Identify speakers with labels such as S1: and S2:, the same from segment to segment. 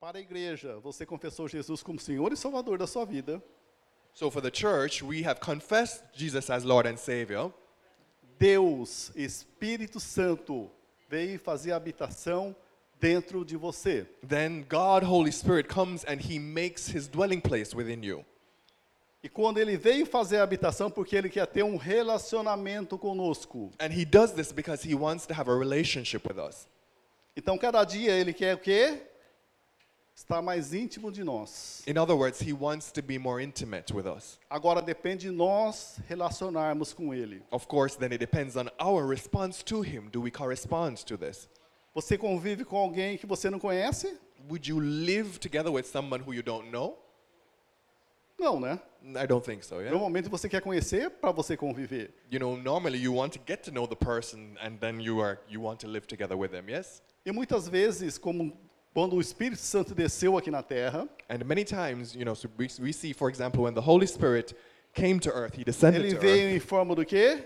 S1: Para a igreja, você confessou Jesus como Senhor e Salvador da sua vida.
S2: So for the church, we have confessed Jesus as Lord and Savior.
S1: Deus, Espírito Santo, veio fazer habitação dentro de você.
S2: Then God, Holy Spirit, comes and He makes His dwelling place within you.
S1: E quando ele veio fazer a habitação, porque ele quer ter um relacionamento conosco.
S2: And He does this because He wants to have a relationship with us.
S1: Então, cada dia ele quer o quê? Estar mais íntimo de nós.
S2: In other words, He wants to be more intimate with us.
S1: Agora depende de nós relacionarmos com ele.
S2: Of course, then it depends on our response to Him. Do we correspond to this?
S1: Você convive com alguém que você não conhece?
S2: Would you live together with someone who you don't know?
S1: Não, né?
S2: I don't think so, yeah?
S1: Normalmente você quer conhecer para você conviver.
S2: You know, normally you want to get to know the person and then you are you want to live together with them, yes?
S1: E muitas vezes, como quando o Espírito Santo desceu aqui na terra,
S2: And many times, you know, so we, we see, for example, when the Holy Spirit came to earth, he descended
S1: ele
S2: to
S1: veio
S2: earth.
S1: em forma do quê?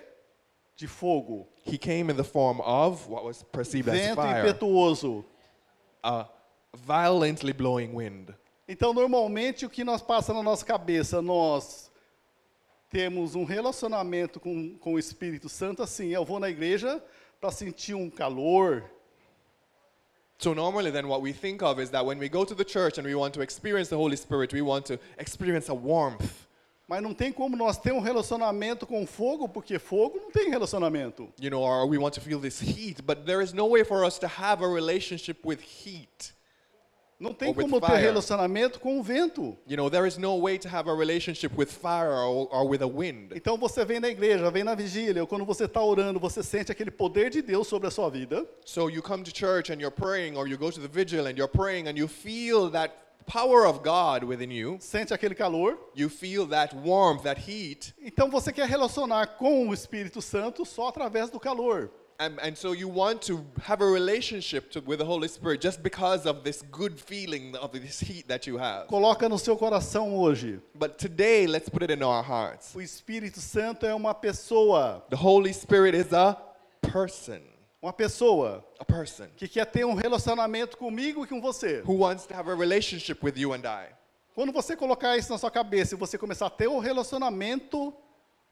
S1: De fogo.
S2: He came in the form of what was perceived as
S1: Vento e
S2: fire,
S1: impetuoso.
S2: a violently blowing wind.
S1: Então, normalmente, o que nós passa na nossa cabeça, nós temos um relacionamento com, com o Espírito Santo, assim, eu vou na igreja para sentir um calor,
S2: So normally then what we think of is that when we go to the church and we want to experience the Holy Spirit, we want to experience a warmth.
S1: mas não tem como nós ter um relacionamento com fogo, porque fogo não tem relacionamento.
S2: You know, or we want to feel this heat, but there is no way for us to have a relationship with heat.
S1: Não tem
S2: Or with
S1: como ter
S2: fire.
S1: relacionamento com o vento.
S2: You know, there is no way to have a relationship with fire or, or with a wind.
S1: Então você vem na igreja, vem na vigília, quando você está orando, você sente aquele poder de Deus sobre a sua vida.
S2: So you come to church and you're praying, or you go to the vigil and you're praying, and you feel that power of God within you.
S1: sente aquele calor.
S2: You feel that warmth, that heat,
S1: Então você quer relacionar com o Espírito Santo só através do calor.
S2: and, and so you want to have a relationship to, with the Holy Spirit just because of this good feeling of this heat that you have.
S1: Coloca no seu coração hoje.
S2: But today, let's put it in our hearts.
S1: O Espírito Santo é uma pessoa,
S2: The Holy Spirit is a person,
S1: uma pessoa
S2: a person
S1: que quer ter um relacionamento comigo e com você.
S2: who wants to have a relationship with you and I.
S1: Quando você colocar isso na sua cabeça e você começar a ter um relacionamento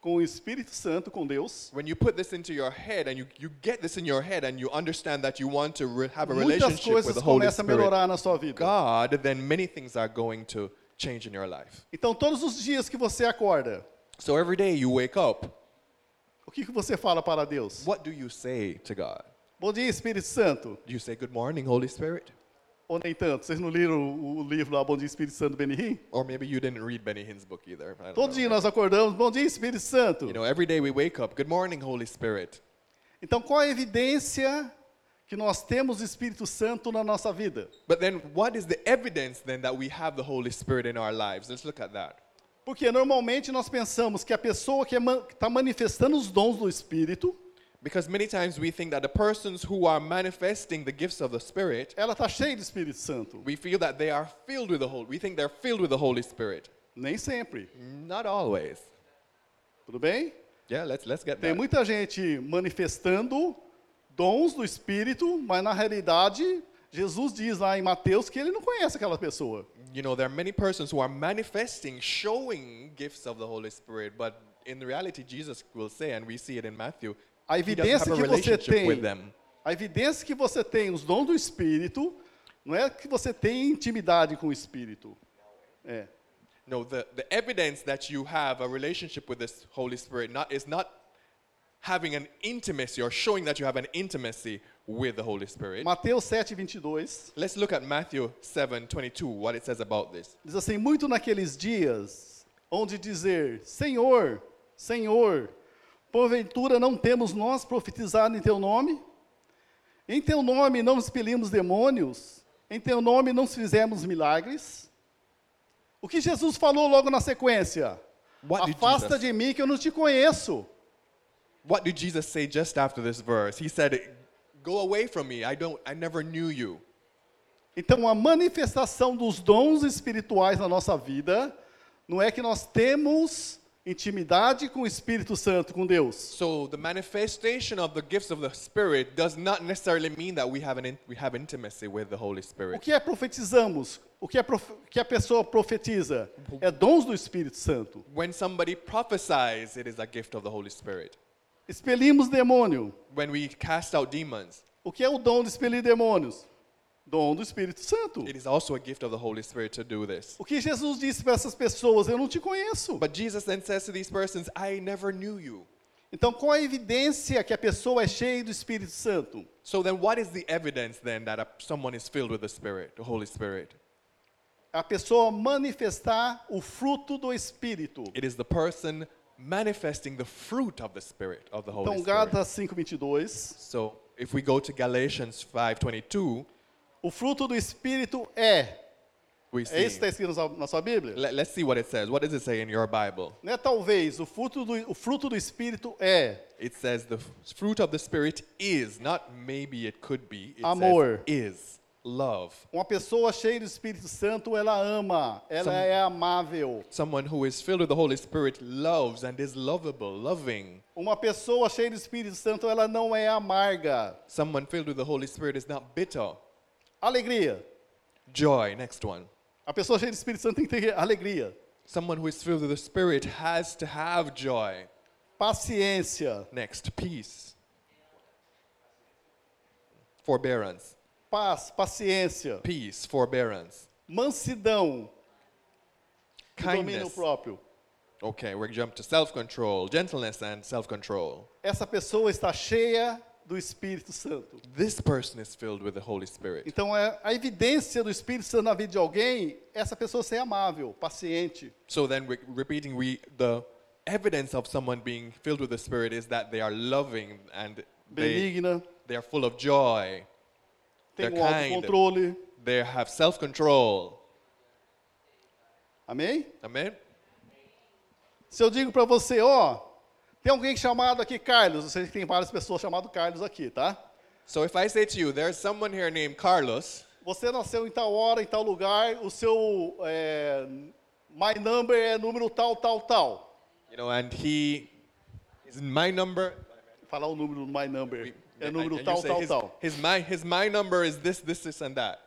S1: com o Espírito Santo, com Deus,
S2: when you put this into your head and you, you get this in your head and you understand that you want to re- have a
S1: muitas
S2: relationship with
S1: coisas
S2: the Holy
S1: começam a
S2: Spirit,
S1: melhorar na sua vida.
S2: God, then many things are going to change in your life.
S1: Então, todos os dias que você acorda,
S2: So every day you wake up,
S1: o que, que você fala para Deus?
S2: what do you say to God?
S1: Bom dia, Espírito Santo.
S2: Do you say, Good morning, Holy Spirit?
S1: Ou nem tanto? Vocês não leram o, o livro lá, Bom Dia Espírito Santo Benihim?
S2: Or maybe you didn't read Benny Hinn's book either. I don't
S1: Todo dia
S2: know.
S1: nós acordamos, Bom Dia Espírito Santo.
S2: You know, every day we wake up, Good morning, Holy Spirit.
S1: Então, qual a evidência que nós temos do Espírito Santo na nossa vida?
S2: But then what is the evidence then that we have the Holy Spirit in our lives? Let's look at that.
S1: Porque normalmente nós pensamos que a pessoa que está manifestando os dons do Espírito,
S2: Because many times we think that the persons who are manifesting the gifts of the Spirit
S1: ela está cheia de Espírito Santo.
S2: We feel that they are filled with the Holy. We think they're filled with the Holy Spirit.
S1: Nem sempre,
S2: Not always.
S1: tudo bem?
S2: Yeah, let's let's get
S1: Tem
S2: that.
S1: muita gente manifestando dons do Espírito, mas na realidade, Jesus diz lá em Mateus que ele não conhece aquela pessoa.
S2: You know, there are many persons who are manifesting, showing gifts of the Holy Spirit, but in reality, Jesus will say, and we see it in Matthew,
S1: A
S2: he
S1: evidência
S2: doesn't have a
S1: que você
S2: relationship
S1: tem,
S2: with them.
S1: a evidência que você tem, os dons do Espírito, não é que você tem intimidade com o Espírito. É.
S2: No, the, the evidence that you have a relationship with this Holy Spirit not is not having an intimacy or showing that you have an intimacy with the Holy Spirit.
S1: Mateus 7, 22,
S2: Let's look at Matthew 7, 22, what it says about this.
S1: diz assim, muito naqueles dias, onde dizer, Senhor, Senhor, porventura não temos nós profetizado em teu nome? Em teu nome não expelimos demônios? Em teu nome não fizemos milagres? O que Jesus falou logo na sequência?
S2: What did
S1: Afasta
S2: Jesus-
S1: de mim que eu não te conheço.
S2: What did Jesus say just after this verse? He said, "Go away from me. I don't I never knew you."
S1: Então, a manifestação dos dons espirituais na nossa vida não é que nós temos intimidade com o Espírito Santo, com Deus.
S2: So the manifestation of the gifts of the Spirit does not necessarily mean that we have an in, we have intimacy with the Holy
S1: O
S2: Spirit.
S1: que é profetizamos? O que, é prof- o que a pessoa profetiza? É dons do Espírito Santo.
S2: When somebody prophesies, it is a gift of the Holy Spirit.
S1: Expelimos demônio.
S2: When we cast out demons,
S1: O que é o dom de expelir demônios? Dom do Espírito Santo.
S2: it is also a gift of the Holy Spirit to do this.
S1: O que Jesus disse para essas pessoas? Eu não te conheço.
S2: But Jesus then says to these persons, I never knew you.
S1: Então, qual a evidência que a pessoa é cheia do Espírito Santo?
S2: So then what is the evidence then that a, someone is filled with the Spirit, the Holy Spirit?
S1: A pessoa manifestar o fruto do Espírito.
S2: It is the person manifesting the fruit of the Spirit, of the Holy
S1: Então,
S2: Spirit.
S1: Gálatas 5:22,
S2: So if we go to Galatians 5.22,
S1: o fruto do Espírito é.
S2: we
S1: É isso
S2: see...
S1: que está escrito na sua- na sua Bíblia?
S2: Let, us see what it says. What does it say in your Bible?
S1: Não é talvez, o fruto do, o fruto do Espírito é
S2: It says the f- fruit of the Spirit is, not maybe it could be. It says
S1: Amor.
S2: is love.
S1: uma pessoa cheia do Espírito Santo, ela ama, ela
S2: Some-
S1: é amável.
S2: Someone who is filled with the Holy Spirit loves and is lovable, loving.
S1: Uma pessoa cheia do Espírito Santo, ela não é amarga.
S2: Someone filled with the Holy Spirit is not bitter.
S1: Alegria.
S2: Joy, next one.
S1: A pessoa cheia do Espírito Santo tem que ter alegria,
S2: Someone who is filled with the Spirit has to have joy.
S1: paciência,
S2: Next, peace. Forbearance.
S1: paz, paciência,
S2: Peace, forbearance.
S1: mansidão, e domínio
S2: Kindness.
S1: próprio.
S2: Okay, we jump to self control, gentleness, and self control.
S1: Essa pessoa está cheia do Espírito Santo.
S2: This person is filled with the Holy Spirit.
S1: Então, é a evidência do Espírito Santo na vida de alguém, é essa pessoa ser amável, paciente,
S2: So then, we, repeating, we the evidence of someone being filled with the Spirit is that they are loving and they,
S1: benigna,
S2: they are full of joy.
S1: tem
S2: they're
S1: um
S2: kind.
S1: autocontrole.
S2: They have self control.
S1: Amém?
S2: Amen.
S1: Se eu digo para você, ó, tem alguém chamado aqui Carlos, eu sei que tem várias pessoas chamadas Carlos aqui, tá?
S2: So if I say to you, there's someone here named Carlos.
S1: Você nasceu em tal hora, em tal lugar, o seu é, my number é número tal, tal, tal.
S2: You know, and he is my number.
S1: Falar o número do my number. É
S2: and-
S1: número
S2: and you
S1: tal,
S2: say
S1: tal,
S2: his,
S1: tal. O
S2: His my his my number is this this this and that.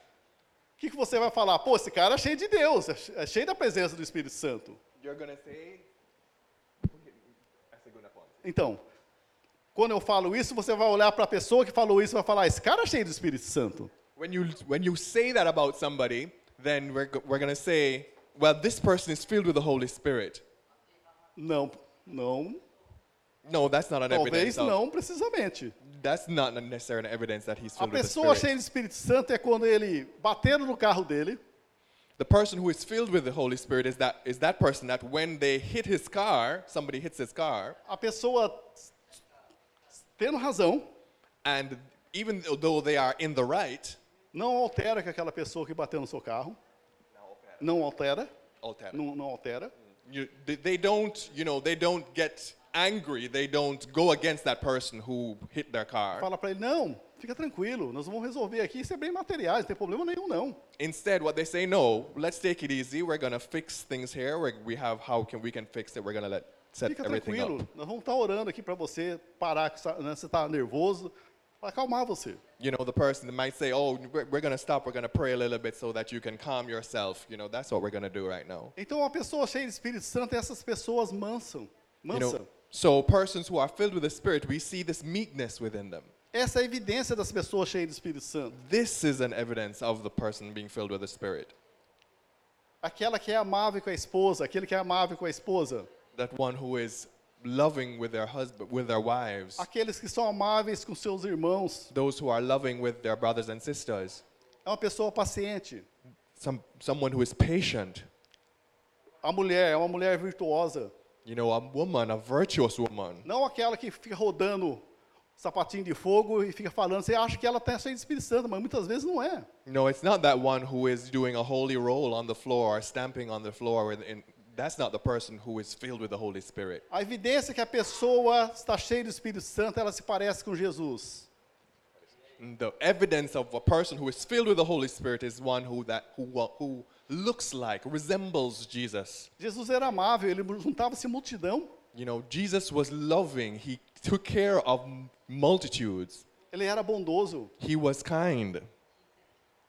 S1: que, que você vai falar? Pô, esse cara é cheio de Deus, é che- é cheio da presença do Espírito Santo.
S2: You're gonna say. "Essa é boa ponte."
S1: Então, quando eu falo isso, você vai olhar para a pessoa que falou isso e vai falar: esse cara é cheio do Espírito Santo.
S2: When you when you say that about somebody, then we're go- we're gonna say, well, this person is filled with the Holy Spirit.
S1: Não, não,
S2: No, that's not an
S1: talvez
S2: evidence. of-
S1: não precisamente.
S2: That's not necessarily an evidence that he's
S1: A
S2: filled with the
S1: pessoa
S2: Spirit.
S1: cheia do Espírito Santo é quando ele bateram no carro dele,
S2: The person who is filled with the Holy Spirit is that is that person that when they hit his car, somebody hits his car,
S1: a pessoa tendo razão,
S2: and even though they are in the right,
S1: não altera que aquela pessoa que bateu no seu carro. Não altera.
S2: Altera.
S1: Não, não altera.
S2: you, they, they don't, you know, they don't get angry. They don't go against that person who hit their car.
S1: Fala para ele, não, fica tranquilo, nós vamos resolver aqui, isso é bem materiais, não tem problema nenhum, não.
S2: Instead, what they say, no, let's take it easy. We're gonna fix things here. We're, we have how can we can fix it. We're gonna let set
S1: Fica
S2: everything
S1: tranquilo,
S2: up.
S1: nós vamos estar orando aqui para você parar, que essa- né, você está nervoso, para acalmar você.
S2: You know, the person might say, oh, we're, we're gonna stop. We're gonna pray a little bit so that you can calm yourself. You know, that's what we're gonna do right now.
S1: Então, uma pessoa cheia de Espírito Santo, essas pessoas mansam,
S2: You
S1: mansa.
S2: know, so persons who are filled with the Spirit, we see this meekness within them.
S1: Essa é a evidência das pessoas cheias do Espírito Santo.
S2: This is an evidence of the person being filled with the Spirit.
S1: Aquela que é amável com a esposa, aquele que é amável com a esposa,
S2: that one who is loving with their husband with their wives
S1: aqueles que são amáveis com seus irmãos,
S2: those who are loving with their brothers and sisters
S1: é uma pessoa paciente.
S2: some someone who is patient
S1: A mulher é uma mulher virtuosa,
S2: you know a woman a virtuous woman
S1: não aquela que fica rodando sapatinho de fogo e fica falando, você acha que ela está cheia de Espírito Santo, mas muitas vezes não é.
S2: you know it's not that one who is doing a holy roll on the floor or stamping on the floor and, and that's not the person who is filled with the holy spirit
S1: A evidência que a pessoa está cheia do Espírito Santo, ela se parece com Jesus.
S2: And the evidence of a person who is filled with the Holy Spirit is one who, that, who, wa- who looks like, resembles Jesus.
S1: Jesus era amável, ele juntava-se multidão.
S2: You know, Jesus was loving, he took care of m- multitudes,
S1: Ele era bondoso.
S2: he was kind.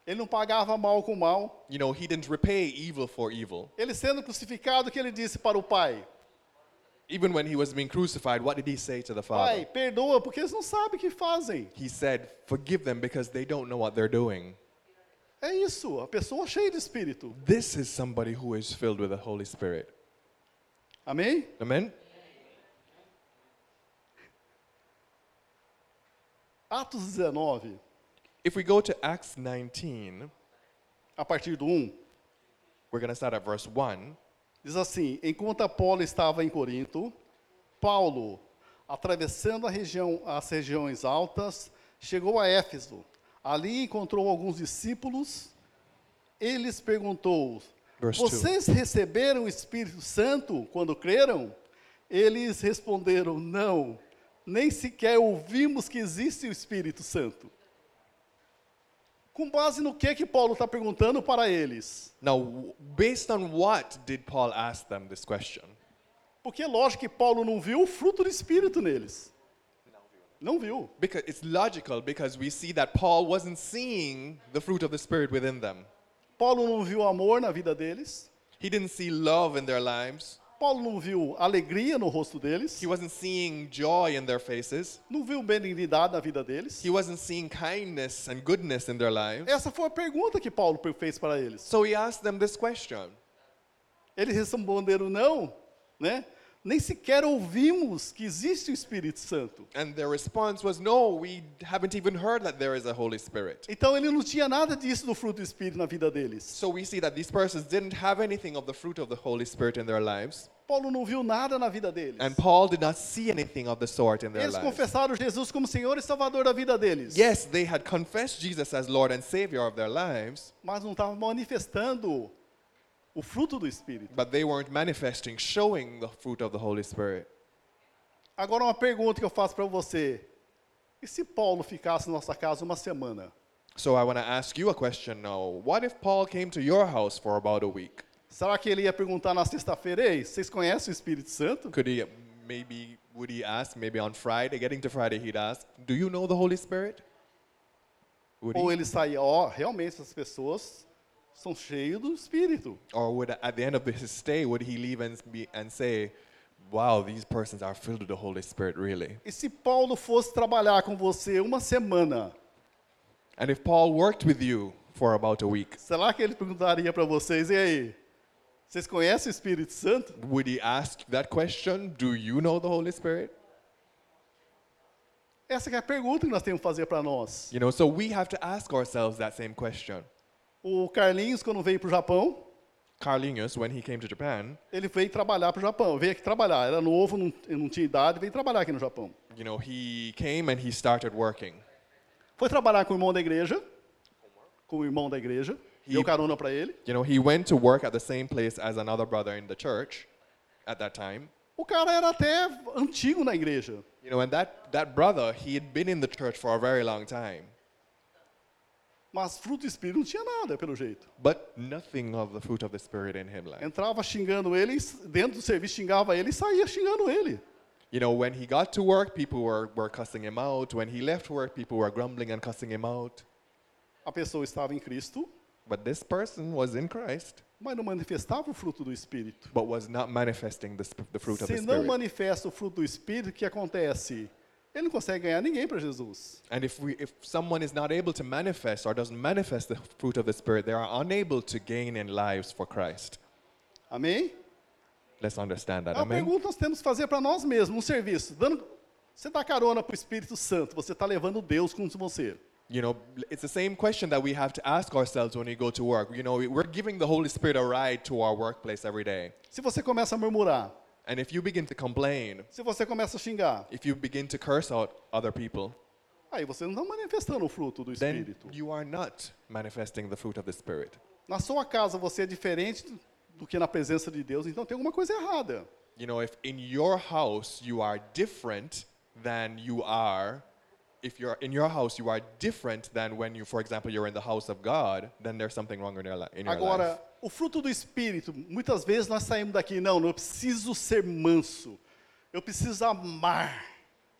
S1: Ele não pagava mal com mal.
S2: You know, he didn't repay evil for evil.
S1: Ele sendo crucificado, o que ele disse para o Pai?
S2: Even when he was being crucified, what did he say to the Father?
S1: Pai, perdoa, porque eles não sabem o que fazem.
S2: He said, Forgive them because they don't know what they're doing.
S1: É isso, a pessoa cheia de espírito.
S2: This is somebody who is filled with the Holy Spirit.
S1: Amém?
S2: Amen?
S1: Atos 19,
S2: If we go to Acts 19,
S1: a partir do 1,
S2: we're going to start at verse 1.
S1: diz assim: Enquanto Apolo estava em Corinto, Paulo, atravessando a região- as regiões altas, chegou a Éfeso. Ali encontrou alguns discípulos. Eles perguntou:
S2: Verse two.
S1: Vocês receberam o Espírito Santo quando creram? Eles responderam: Não, nem sequer ouvimos que existe o Espírito Santo. Com base no que que Paulo está perguntando para eles?
S2: Now, w- based on what did Paul ask them this question?
S1: Porque é lógico que Paulo não viu o fruto do Espírito neles. Não viu.
S2: Because it's logical because we see that Paul wasn't seeing the fruit of the Spirit within them.
S1: Paulo não viu amor na vida deles.
S2: He didn't see love in their lives.
S1: Paulo não viu alegria no rosto deles.
S2: He wasn't seeing joy in their faces.
S1: Não viu benignidade na vida deles.
S2: He wasn't seeing kindness and goodness in their lives.
S1: Essa foi a pergunta que Paulo per- fez para eles.
S2: So he asked them this question.
S1: Eles responderam não, né? Nem sequer ouvimos que existe o Espírito Santo.
S2: And their response was, No, we haven't even heard that there is a Holy Spirit.
S1: Então ele não tinha nada disso do fruto do Espírito na vida deles.
S2: So we see that these persons didn't have anything of the fruit of the Holy Spirit in their lives.
S1: Paulo não viu nada na vida deles.
S2: And Paul did not see anything of the sort in their
S1: Eles
S2: lives.
S1: confessaram Jesus como Senhor e Salvador da vida deles.
S2: Yes, they had confessed Jesus as Lord and Savior of their lives,
S1: mas não estavam manifestando o fruto do Espírito.
S2: but they weren't manifesting, showing the fruit of the Holy Spirit.
S1: Agora, uma pergunta que eu faço para você: e se Paulo ficasse na nossa casa uma semana?
S2: So I want to ask you a question now. What if Paul came to your house for about a week?
S1: Será que ele ia perguntar na sexta-feira: ei, vocês conhecem o Espírito Santo?
S2: Could he maybe would he ask maybe on Friday, getting to Friday, he'd ask, "Do you know the Holy Spirit?" Would
S1: Ou
S2: he?
S1: ele saía: ó, realmente essas pessoas são cheias do Espírito.
S2: Or would at the end of his stay would he leave and be, and say, "Wow, these persons are filled with the Holy Spirit, really."
S1: E se Paulo fosse trabalhar com você uma semana,
S2: And if Paul worked with you for about a week,
S1: será que ele perguntaria para vocês: e aí, vocês conhecem o Espírito Santo?
S2: would he ask that question, "Do you know the Holy Spirit?"
S1: Essa que é a pergunta que nós temos que fazer para nós.
S2: You know, so we have to ask ourselves that same question.
S1: O Carlinhos, quando veio para o Japão,
S2: Carlinhos, when he came to Japan,
S1: ele veio trabalhar para o Japão, veio aqui trabalhar. Era novo, não, não tinha idade, veio trabalhar aqui no Japão.
S2: you know, he came and he started working.
S1: Foi trabalhar com o irmão da igreja, com o irmão da igreja,
S2: E-
S1: deu carona para ele.
S2: You know, he went to work at the same place as another brother in the church at that time.
S1: O cara era até antigo na igreja.
S2: You know, and that, that brother, he had been in the church for a very long time,
S1: Mas fruto e espírito não tinha nada, pelo jeito.
S2: but nothing of the fruit of the Spirit in him. Like,
S1: Entrava xingando ele, e dentro do serviço xingava ele e saía xingando ele.
S2: you know, when he got to work, people were, were cussing him out. When he left work, people were grumbling and cussing him out.
S1: A pessoa estava em Cristo,
S2: But this person was in Christ,
S1: mas não manifestava o fruto do espírito.
S2: but was not manifesting the, sp- the fruit of the
S1: Se não
S2: Spirit.
S1: manifesta o fruto do espírito, o que acontece? Ele não consegue ganhar ninguém para Jesus.
S2: And if, we, if someone is not able to manifest or doesn't manifest the fruit of the Spirit, they are unable to gain in lives for Christ.
S1: Amém?
S2: Let's understand
S1: É
S2: that.
S1: uma
S2: Amen.
S1: pergunta que nós temos que fazer para nós mesmos, um serviço. Dando, você dá carona para o Espírito Santo, você está levando Deus com você.
S2: You know, it's the same question that we have to ask ourselves when we go to work. You know, we're giving the Holy Spirit a ride to our workplace every day.
S1: Se você começa a murmurar,
S2: And if you begin to complain,
S1: se você começa a xingar,
S2: if you begin to curse out other people,
S1: aí você não está manifestando o fruto do
S2: then
S1: Espírito.
S2: you are not manifesting the fruit of the Spirit.
S1: Na sua casa você é diferente do que na presença de Deus, então tem alguma coisa errada.
S2: You know, if in your house you are different than you are if you're in your house, you are different than when you, for example, you're in the house of God, then there's something wrong in your, li- in your life.
S1: Agora, o fruto do Espírito, muitas vezes nós saímos daqui, não, eu preciso ser manso, eu preciso amar,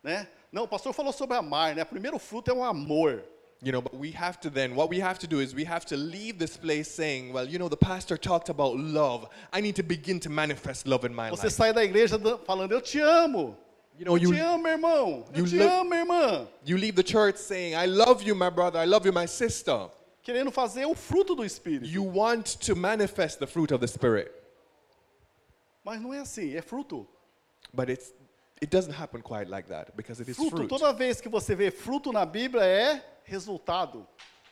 S1: né? Não, o pastor falou sobre amar, né? O primeiro fruto é o amor.
S2: You know, but we have to then, what we have to do is we have to leave this place saying, well, you know, the pastor talked about love. I need to begin to manifest love in my
S1: Você
S2: life.
S1: sai da igreja dan- falando, eu te amo,
S2: Oh, You know,
S1: eu te
S2: you,
S1: amo, irmão, eu
S2: you
S1: te
S2: look-
S1: amo, irmã.
S2: you leave the church saying, I love you, my brother. I love you, my sister.
S1: Querendo fazer o fruto do Espírito.
S2: You want to manifest the fruit of the Spirit,
S1: Mas não é assim, é fruto.
S2: but it's, it doesn't happen quite like that because it is
S1: Fruto,
S2: fruit.
S1: toda vez que você vê fruto na Bíblia é resultado.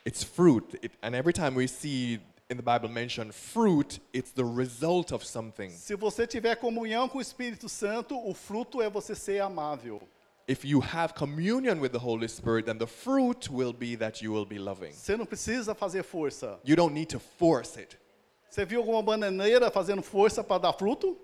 S2: It's fruit. It, and every time we see in the Bible mention fruit, it's the result of something.
S1: Se você tiver comunhão com o Espírito Santo, o fruto é você ser amável.
S2: If you have communion with the Holy Spirit, then the fruit will be that you will be loving.
S1: Você não precisa fazer força.
S2: You don't need to force it.
S1: Você viu alguma bananeira fazendo força para dar fruto?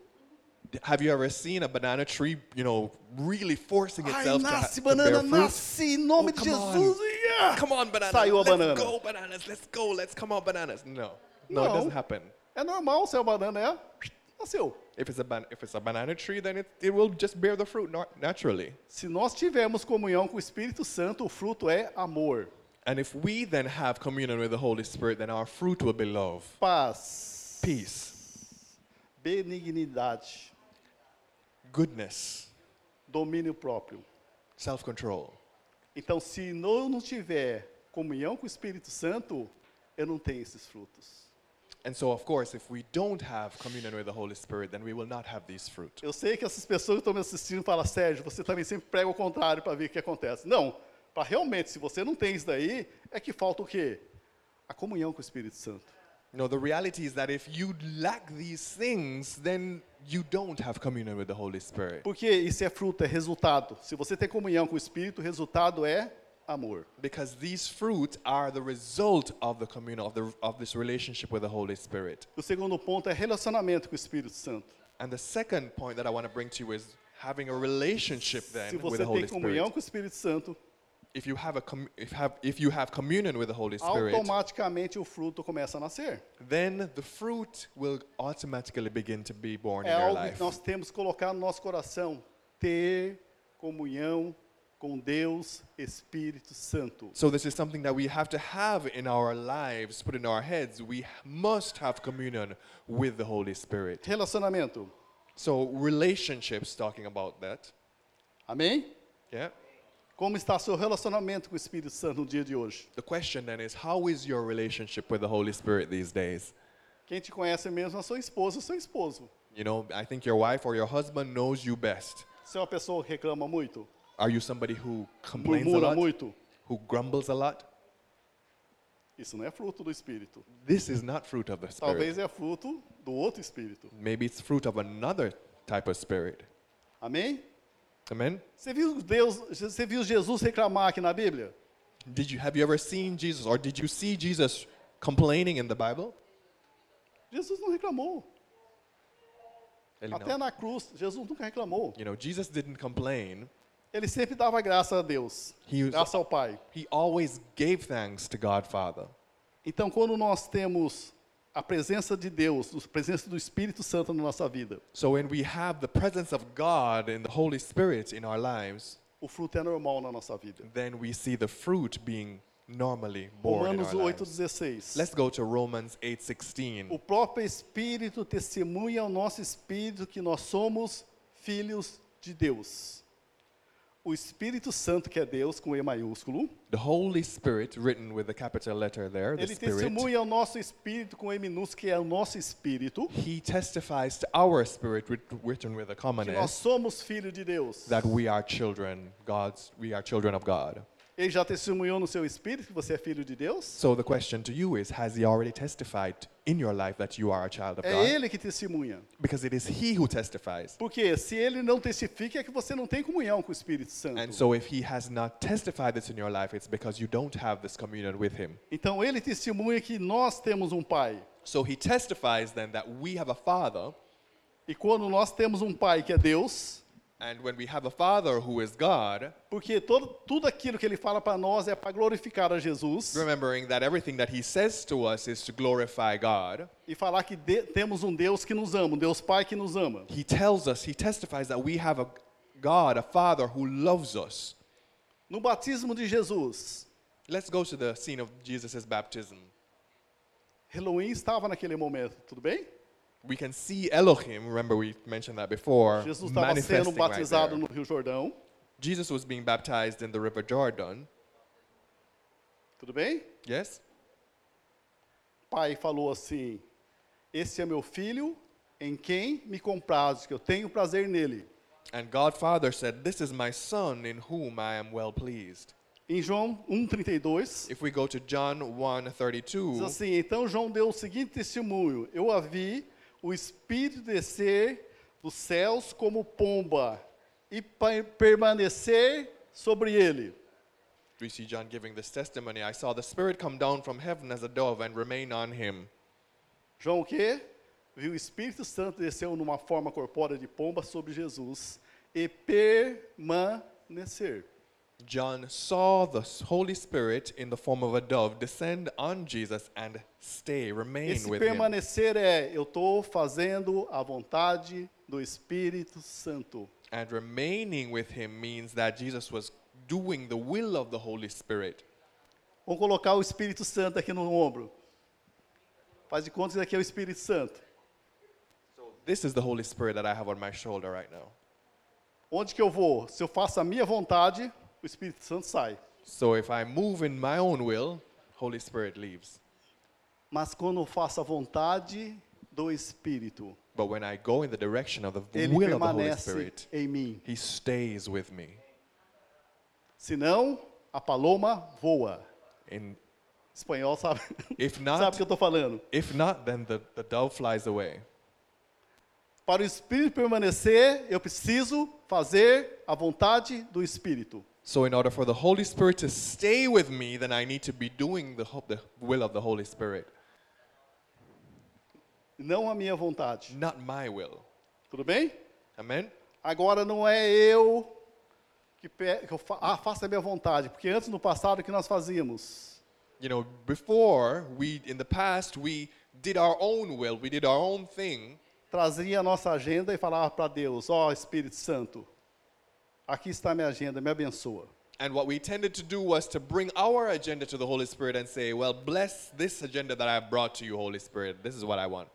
S2: Have you ever seen a banana tree, you know, really forcing
S1: Ai,
S2: itself to, ha-
S1: nasce,
S2: to bear
S1: banana,
S2: fruit?
S1: nasce, em nome
S2: Oh,
S1: de
S2: come on.
S1: Jesus. Yeah!
S2: Come on, bananas.
S1: Saiu a
S2: Let's
S1: banana.
S2: go, bananas. Let's go. Let's come on, bananas. No. No, it
S1: No.
S2: doesn't happen.
S1: É normal ser uma banana, é? Nasceu.
S2: If it's a, ban- if it's a banana tree, then it, it will just bear the fruit nor- naturally.
S1: Se nós tivermos comunhão com o Espírito Santo, o fruto é amor,
S2: And if we then have communion with the Holy Spirit, then our fruit will be love,
S1: paz,
S2: peace,
S1: benignidade,
S2: goodness,
S1: domínio próprio.
S2: self control.
S1: Então, se eu não tiver comunhão com o Espírito Santo, eu não tenho esses frutos.
S2: And so, of course, if we don't have communion with the Holy Spirit, then we will not have these fruit.
S1: Eu sei que essas pessoas que estão me assistindo falam, Sérgio, você também sempre prega o contrário para ver o que acontece. Não, para realmente, se você não tem isso daí, é que falta o quê? A comunhão com o Espírito Santo.
S2: No, the reality is that if you lack these things, then you don't have communion with the Holy Spirit.
S1: Porque isso é fruto, é resultado. Se você tem comunhão com o Espírito, o resultado é amor.
S2: Because these fruit are the result of the communion of, the, of this relationship with the Holy Spirit.
S1: O segundo ponto é relacionamento com o Espírito Santo.
S2: And the second point that I want to bring to you is having a relationship
S1: Se
S2: then with
S1: você
S2: the Holy
S1: tem comunhão
S2: Spirit.
S1: com o Espírito Santo,
S2: If you have a com- if have if you have communion with the Holy Spirit,
S1: automaticamente o fruto começa a nascer.
S2: then the fruit will automatically begin to be born
S1: É
S2: in your
S1: algo
S2: life.
S1: que nós temos que colocar no nosso coração. Ter comunhão com Deus, Espírito Santo.
S2: So this is something that we have to have in our lives, put in our heads. We must have communion with the Holy Spirit.
S1: Relacionamento.
S2: So relationships, talking about that,
S1: Amém?
S2: yeah.
S1: Como está seu relacionamento com o Espírito Santo no dia de hoje?
S2: The question then is, how is your relationship with the Holy Spirit these days?
S1: Quem te conhece mesmo é a sua esposa, o seu esposo.
S2: You know, I think your wife or your husband knows you best.
S1: Você é uma pessoa que reclama muito,
S2: Are you somebody who complains a
S1: murmura
S2: lot,
S1: muito.
S2: who grumbles a lot?
S1: Isso não é fruto do Espírito.
S2: This is not fruit of the Spirit.
S1: Talvez é fruto do outro Espírito.
S2: Maybe it's fruit of another type of spirit.
S1: Amém?
S2: Amen.
S1: Você viu Deus, você viu Jesus reclamar aqui na Bíblia?
S2: Did you have you ever seen Jesus or did you see Jesus complaining in the Bible?
S1: Jesus não reclamou.
S2: Ele
S1: Até
S2: não.
S1: na cruz, Jesus nunca reclamou.
S2: You know, Jesus didn't complain.
S1: Ele sempre dava graça a Deus,
S2: He was-
S1: graça ao Pai.
S2: He always gave thanks to God Father.
S1: Então, quando nós temos a presença de Deus, a presença do Espírito Santo na nossa vida,
S2: So when we have the presence of God and the Holy Spirit in our lives,
S1: o fruto é normal na nossa vida.
S2: then we see the fruit being normally born
S1: Romanos
S2: in our lives.
S1: 8,16.
S2: Let's go to Romans 8:16.
S1: O próprio Espírito testemunha ao nosso Espírito que nós somos filhos de Deus. O Espírito Santo, que é Deus, com E maiúsculo,
S2: The Holy Spirit written with a capital letter there, the
S1: ele
S2: Spirit.
S1: testemunha ao nosso Espírito, com E minúsculo, que é o nosso Espírito,
S2: He testifies to our spirit writ- written with a common
S1: que nós
S2: S
S1: somos filhos de Deus.
S2: that we are children, God's we are children of God.
S1: Ele já testemunhou no seu espírito que você é filho de Deus?
S2: So the question to you is Has He already testified in your life that you are a child of
S1: É
S2: God?
S1: ele que testemunha.
S2: Because it is He who testifies.
S1: Porque se ele não testifica, é que você não tem comunhão com o Espírito
S2: And
S1: Santo.
S2: so if He has not testified this in your life, it's because you don't have this communion with Him.
S1: Então ele testemunha que nós temos um Pai.
S2: So He testifies then that we have a Father,
S1: E quando nós temos um Pai que é Deus,
S2: And when we have a Father who is God,
S1: Porque todo, tudo aquilo que ele fala para nós é para glorificar a Jesus
S2: remembering that everything that He says to us is to glorify God,
S1: e falar que de- temos um Deus que nos ama, um Deus Pai que nos ama.
S2: He tells us, He testifies that we have a God, a Father who loves us.
S1: No batismo de Jesus,
S2: Let's go to the scene of Jesus' baptism.
S1: Elohim estava naquele momento, tudo bem?
S2: We can see Elohim, remember we mentioned that before,
S1: Jesus estava sendo
S2: manifesting right
S1: batizado
S2: there.
S1: no Rio Jordão,
S2: Jesus was being baptized in the River Jordan.
S1: tudo bem?
S2: Yes?
S1: O pai falou assim: Esse é meu filho, em quem me compraz, que eu tenho prazer nele.
S2: And God Father said, This is my Son in whom I am well pleased.
S1: Em João 1,32,
S2: If we go to John 1
S1: diz
S2: Tipo,
S1: assim: Então João deu o seguinte testemunho: Eu a vi, o Espírito descer dos céus como pomba e pa- permanecer sobre ele.
S2: we see John giving this testimony I saw the Spirit come down from heaven as a dove and remain on him.
S1: João o quê? Viu o Espírito Santo desceu numa forma corpórea de pomba sobre Jesus e permanecer.
S2: John saw the s- Holy Spirit in the form of a dove descend on Jesus and stay, remain
S1: Esse
S2: with him.
S1: permanecer é eu estou fazendo a vontade do Espírito Santo.
S2: And remaining with him means that Jesus was doing the will of the Holy Spirit.
S1: Vamos colocar o Espírito Santo aqui no ombro. Faz de conta que aqui é o Espírito Santo.
S2: This is the Holy Spirit that I have on my shoulder right now.
S1: Onde que eu vou? Se eu faço a minha vontade, o Espírito Santo sai.
S2: So if I move in my own will, Holy Spirit leaves.
S1: Mas quando eu faço a vontade do Espírito,
S2: But when I go in the direction of the
S1: ele
S2: will of the Holy
S1: permanece
S2: Spirit,
S1: em mim.
S2: He stays with me.
S1: Senão, a paloma voa.
S2: In,
S1: Espanhol sabe,
S2: if
S1: sabe o
S2: not,
S1: que eu estou falando.
S2: if not, then the, the dove flies away.
S1: Para o Espírito permanecer, eu preciso fazer a vontade do Espírito.
S2: So in order for the Holy Spirit to stay with me, then I need to be doing the, ho- the will of the Holy Spirit,
S1: Não a minha vontade.
S2: not my will.
S1: Tudo bem?
S2: Amen?
S1: Agora não é eu que, pe- que eu fa ah, faço a minha vontade. Porque antes, no passado, o que nós fazíamos?
S2: You know, before we in the past we did our own will, we did our own thing,
S1: Trazia a nossa agenda e falava para Deus, ó Espírito Santo, aqui está a minha agenda, me abençoa.
S2: and what we tended to do was to bring our agenda to the Holy Spirit and say, "Well, bless this agenda that I brought to you, Holy Spirit. This is what I want."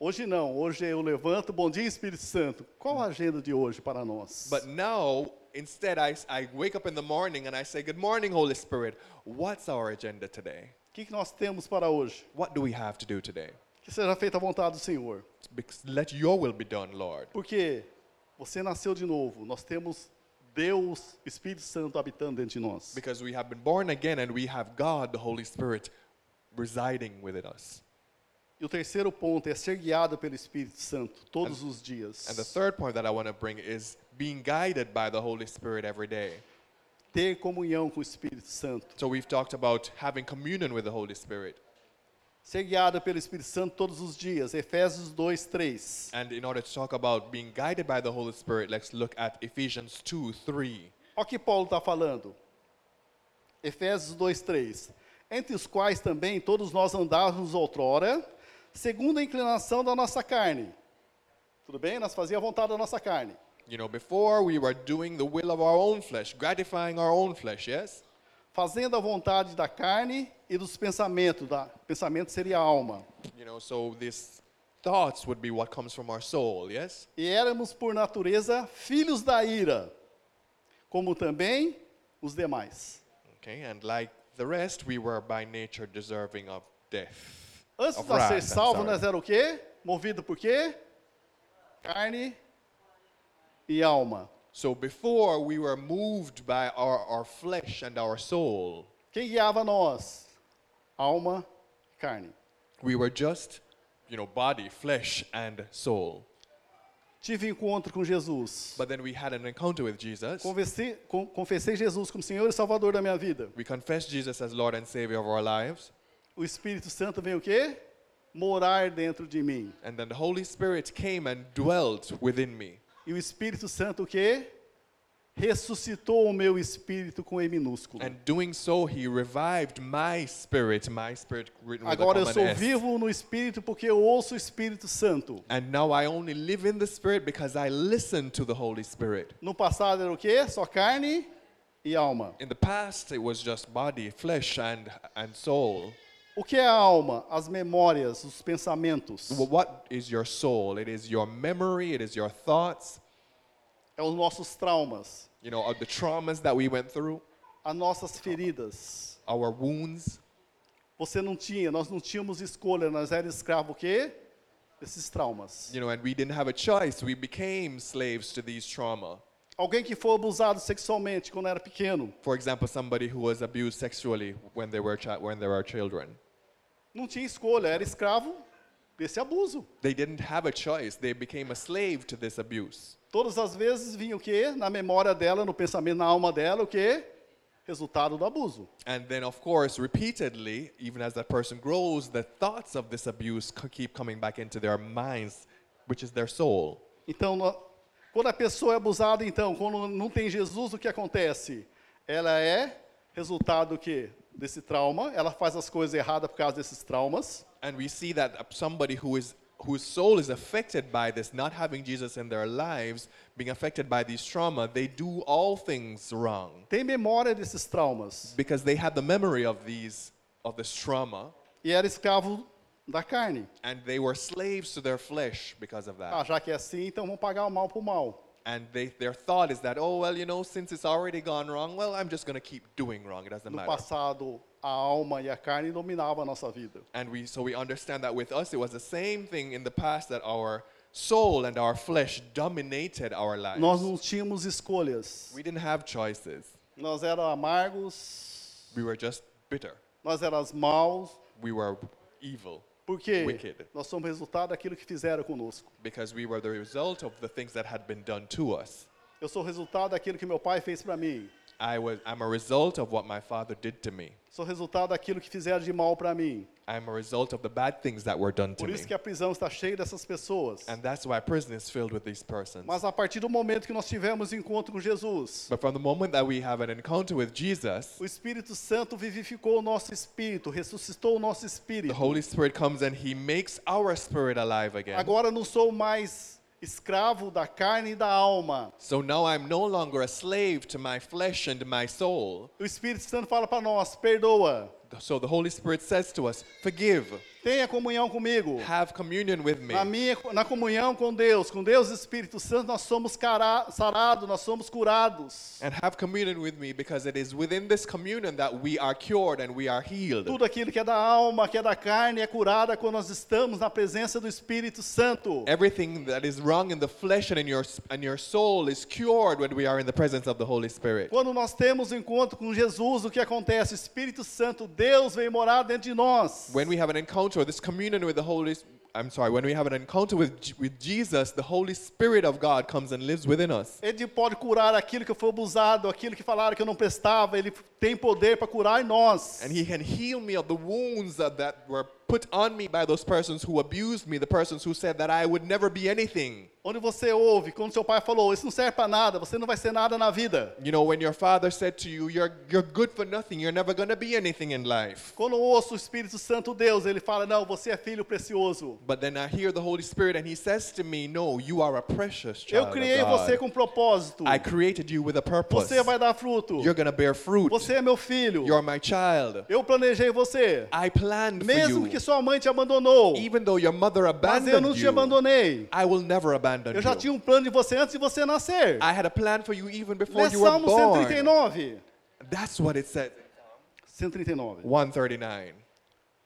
S1: Hoje não, hoje eu levanto, bom dia Espírito Santo, qual a agenda de hoje para nós?
S2: But now, instead, I, s- I wake up in the morning and I say, Good morning, Holy Spirit. What's our agenda today?
S1: O que, que nós temos para hoje?
S2: What do we have to do today?
S1: Que seja feita a vontade do Senhor.
S2: Bec- Let your will be done, Lord.
S1: Porque você nasceu de novo, nós temos Deus, Espírito Santo habitando dentro de nós.
S2: Because we have been born again and we have God, the Holy Spirit, residing within us.
S1: E o terceiro ponto é ser guiado pelo Espírito Santo todos os
S2: And the
S1: dias.
S2: third point that I want to bring is being guided by the Holy Spirit every day.
S1: Ter comunhão com o Espírito Santo.
S2: So we've talked about having communion with the Holy Spirit.
S1: Ser guiado pelo Espírito Santo todos os dias. Efésios 2, 3.
S2: And in order to talk about being guided by the Holy Spirit, let's look at Ephesians 2 3.
S1: Olha o que Paulo está falando. Efésios 2,3. Entre os quais também todos nós andávamos outrora, segundo a inclinação da nossa carne. Tudo bem? Nós fazíamos a vontade da nossa carne.
S2: You know, before we were doing the will of our own flesh, gratifying our own flesh, yes?
S1: Fazendo a vontade da carne e dos pensamentos. Da, pensamento seria a alma.
S2: You know, so these thoughts would be what comes from our soul, yes?
S1: E éramos, por natureza, filhos da ira, como também os demais.
S2: Okay, and like the rest, we were by nature deserving of death.
S1: Antes de
S2: of
S1: nós ser
S2: wrath, I'm
S1: salvo,
S2: sorry.
S1: nós era o quê? Movido por quê? Carne e alma.
S2: So before we were moved by our, our flesh and our soul,
S1: Quem guiava nós? Alma e carne.
S2: we were just, you know, body, flesh, and soul.
S1: Tive encontro com Jesus.
S2: But then we had an encounter with Jesus.
S1: Convenci- con- confessei Jesus como Senhor e Salvador da minha vida.
S2: We confessed Jesus as Lord and Savior of our lives.
S1: O Espírito Santo vem o quê? Morar dentro de mim.
S2: And then the Holy Spirit came and dwelt within me.
S1: E o Espírito Santo o quê? ressuscitou o meu espírito com E minúsculo.
S2: And doing so, he revived my spirit, my spirit written with a
S1: Agora eu
S2: common
S1: sou
S2: S.
S1: vivo no espírito porque eu ouço o Espírito Santo.
S2: And now I only live in the spirit because I listen to the Holy Spirit.
S1: No passado era o quê? Só carne e alma.
S2: In the past, it was just body, flesh, and, and soul.
S1: O que é a alma? As memórias, os pensamentos.
S2: Wh- What is your soul? It is your memory, it is your thoughts,
S1: É os nossos traumas,
S2: you know, of the traumas that we went through,
S1: as nossas feridas.
S2: our wounds.
S1: Você não tinha, nós não tínhamos escolha, nós era escravo o quê? Desses traumas.
S2: You know, and we didn't have a choice. We became slaves to these trauma.
S1: Alguém que foi abusado sexualmente quando era pequeno,
S2: For example, somebody who was abused sexually when they were, chi- when they were children.
S1: não tinha escolha, era escravo desse abuso.
S2: They didn't have a choice. They became a slave to this abuse.
S1: Todas as vezes vinha o quê? Na memória dela, no pensamento, na alma dela, o quê? Resultado do abuso.
S2: And then, of course, repeatedly, even as that person grows, the thoughts of this abuse co- keep coming back into their minds, which is their soul.
S1: Então, no- quando a pessoa é abusada, então, quando não tem Jesus, o que acontece? Ela é resultado do quê? Desse trauma, ela faz as coisas erradas por causa desses traumas.
S2: And we see that uh, somebody who is whose soul is affected by this, not having Jesus in their lives, being affected by these trauma, they do all things wrong
S1: Tem memória desses traumas.
S2: because they had the memory of these of this trauma,
S1: E era escravo da carne.
S2: and they were slaves to their flesh because of that.
S1: Ah, já que é assim, então vamos pagar o mal por mal.
S2: And they, their thought is that, oh well, you know, since it's already gone wrong, well, I'm just gonna keep doing wrong. It doesn't
S1: No
S2: matter.
S1: passado, a alma e a carne dominavam a nossa vida.
S2: And we so we understand that with us it was the same thing in the past that our soul and our flesh dominated our lives.
S1: Nós não tínhamos escolhas.
S2: We didn't have choices.
S1: Nós éramos amargos,
S2: We were just bitter.
S1: nós éramos maus.
S2: We were evil
S1: Por quê?
S2: Wicked.
S1: Nós somos resultado daquilo que fizeram conosco.
S2: because we were the result of the things that had been done to us.
S1: Eu sou resultado daquilo que meu pai fez para mim.
S2: I was I'm a result of what my father did to me.
S1: Sou resultado daquilo que fizeram de mal para mim.
S2: I'm a result of the bad things that were done to
S1: Por
S2: me.
S1: isso que a prisão está cheia dessas pessoas.
S2: And that's why prison is filled with these persons.
S1: Mas a partir do momento que nós tivemos encontro com Jesus,
S2: But from the moment that we have an encounter with Jesus,
S1: o Espírito Santo vivificou o nosso espírito, ressuscitou o nosso
S2: the
S1: espírito.
S2: Holy Spirit comes and he makes our spirit alive again.
S1: Agora não sou mais escravo da carne e da alma.
S2: So now I'm no longer a slave to my flesh and my soul.
S1: O Espírito Santo fala para nós: perdoa,
S2: So the Holy Spirit says to us, Forgive,
S1: tenha comunhão comigo.
S2: have communion with me.
S1: Na, minha, na comunhão com Deus, com Deus e Espírito Santo, nós somos cara- sarados, nós somos curados.
S2: And have communion with me because it is within this communion that we are cured and we are healed.
S1: Tudo aquilo que é da alma, que é da carne, é curada quando nós estamos na presença do Espírito Santo.
S2: É Everything that is wrong in the flesh and in your, and your soul is cured when we are in the presence of the Holy Spirit.
S1: Quando nós temos o encontro com Jesus, o que acontece? O Espírito Santo, Deus vem morar dentro de nós.
S2: When we have an encounter, this communion with the Holy I'm sorry, when we have an encounter with, J- with Jesus, the Holy Spirit of God comes and lives within us.
S1: Ele pode curar aquilo que foi abusado, aquilo que falaram que eu não prestava. Ele tem poder para curar em nós.
S2: And he can heal me of the wounds that, that were put on me by those persons who abused me, the persons who said that I would never be anything.
S1: Onde você ouve, quando seu pai falou, isso não serve para nada, você não vai ser nada na vida.
S2: You know, when your father said to you, You're, you're good for nothing, you're never going to be anything in life.
S1: Quando eu ouço o Espírito Santo Deus, ele fala, não, você é filho precioso.
S2: But then I hear the Holy Spirit and he says to me, No, you are a precious child.
S1: Eu
S2: of
S1: criei
S2: God.
S1: você com propósito.
S2: I created you with a purpose.
S1: Você vai dar fruto.
S2: You're going to bear fruit.
S1: Você é meu filho.
S2: You're my child.
S1: Eu planejei você.
S2: I planned
S1: Mesmo
S2: for
S1: que
S2: you.
S1: sua mãe te abandonou,
S2: Even though your mother
S1: mas
S2: abandoned
S1: eu não te
S2: you,
S1: abandonei.
S2: I will never abandon
S1: Eu já
S2: you.
S1: tinha um plano de você antes de você nascer.
S2: I had a plan for you even before
S1: Lê
S2: you were
S1: Salmo e
S2: born.
S1: 139.
S2: That's what it said.
S1: 139.
S2: 139.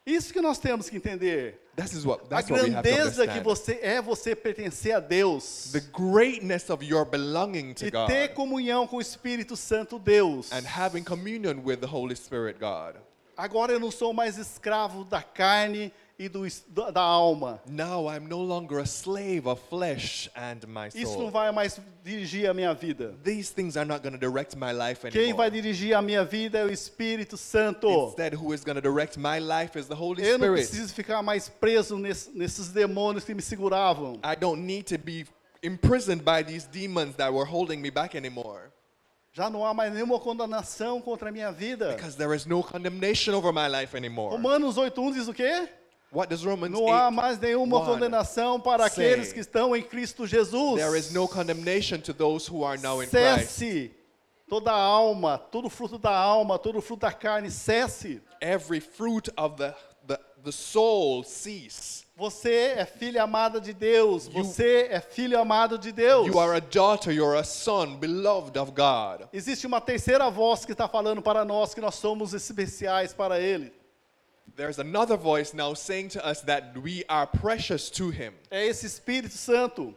S1: Isso que nós temos que entender.
S2: This is what
S1: A
S2: that's what we have to
S1: grandeza que
S2: understand.
S1: você é você pertencer a Deus
S2: The greatness of your belonging to
S1: e
S2: God
S1: ter comunhão com o Espírito Santo Deus.
S2: and having communion with the Holy Spirit God.
S1: Agora eu não sou mais escravo da carne e do es- da da alma.
S2: Now I'm no longer a slave of flesh and my
S1: Isso não
S2: soul.
S1: vai mais dirigir a minha vida.
S2: These things are not going to direct my life
S1: Quem vai
S2: anymore.
S1: dirigir a minha vida é o Espírito Santo.
S2: Instead, who is going to direct my life is the Holy
S1: Eu não
S2: Spirit.
S1: preciso ficar mais preso nes- nesses demônios que me seguravam.
S2: I don't need to be imprisoned by these demons that were holding me back anymore.
S1: Já não há mais nenhuma condenação contra a minha vida.
S2: Because there is no condemnation over my life anymore.
S1: Romanos 8:1 diz o quê?
S2: What does Romans
S1: Não há
S2: 8?
S1: mais nenhuma
S2: one
S1: condenação para
S2: say?
S1: aqueles que estão em Cristo Jesus.
S2: There is no condemnation to those who are now in Christ.
S1: Cesse toda a alma, todo o fruto da alma, todo o fruto da carne, cesse.
S2: Every fruit of the, the, the soul cease.
S1: Você é filha amada de Deus. Você é filho amado de Deus.
S2: You are a daughter, you're a son, beloved of God.
S1: Existe uma terceira voz que está falando para nós que nós somos especiais para Ele.
S2: There's another voice now saying to us that we are precious to Him.
S1: É esse Espírito Santo.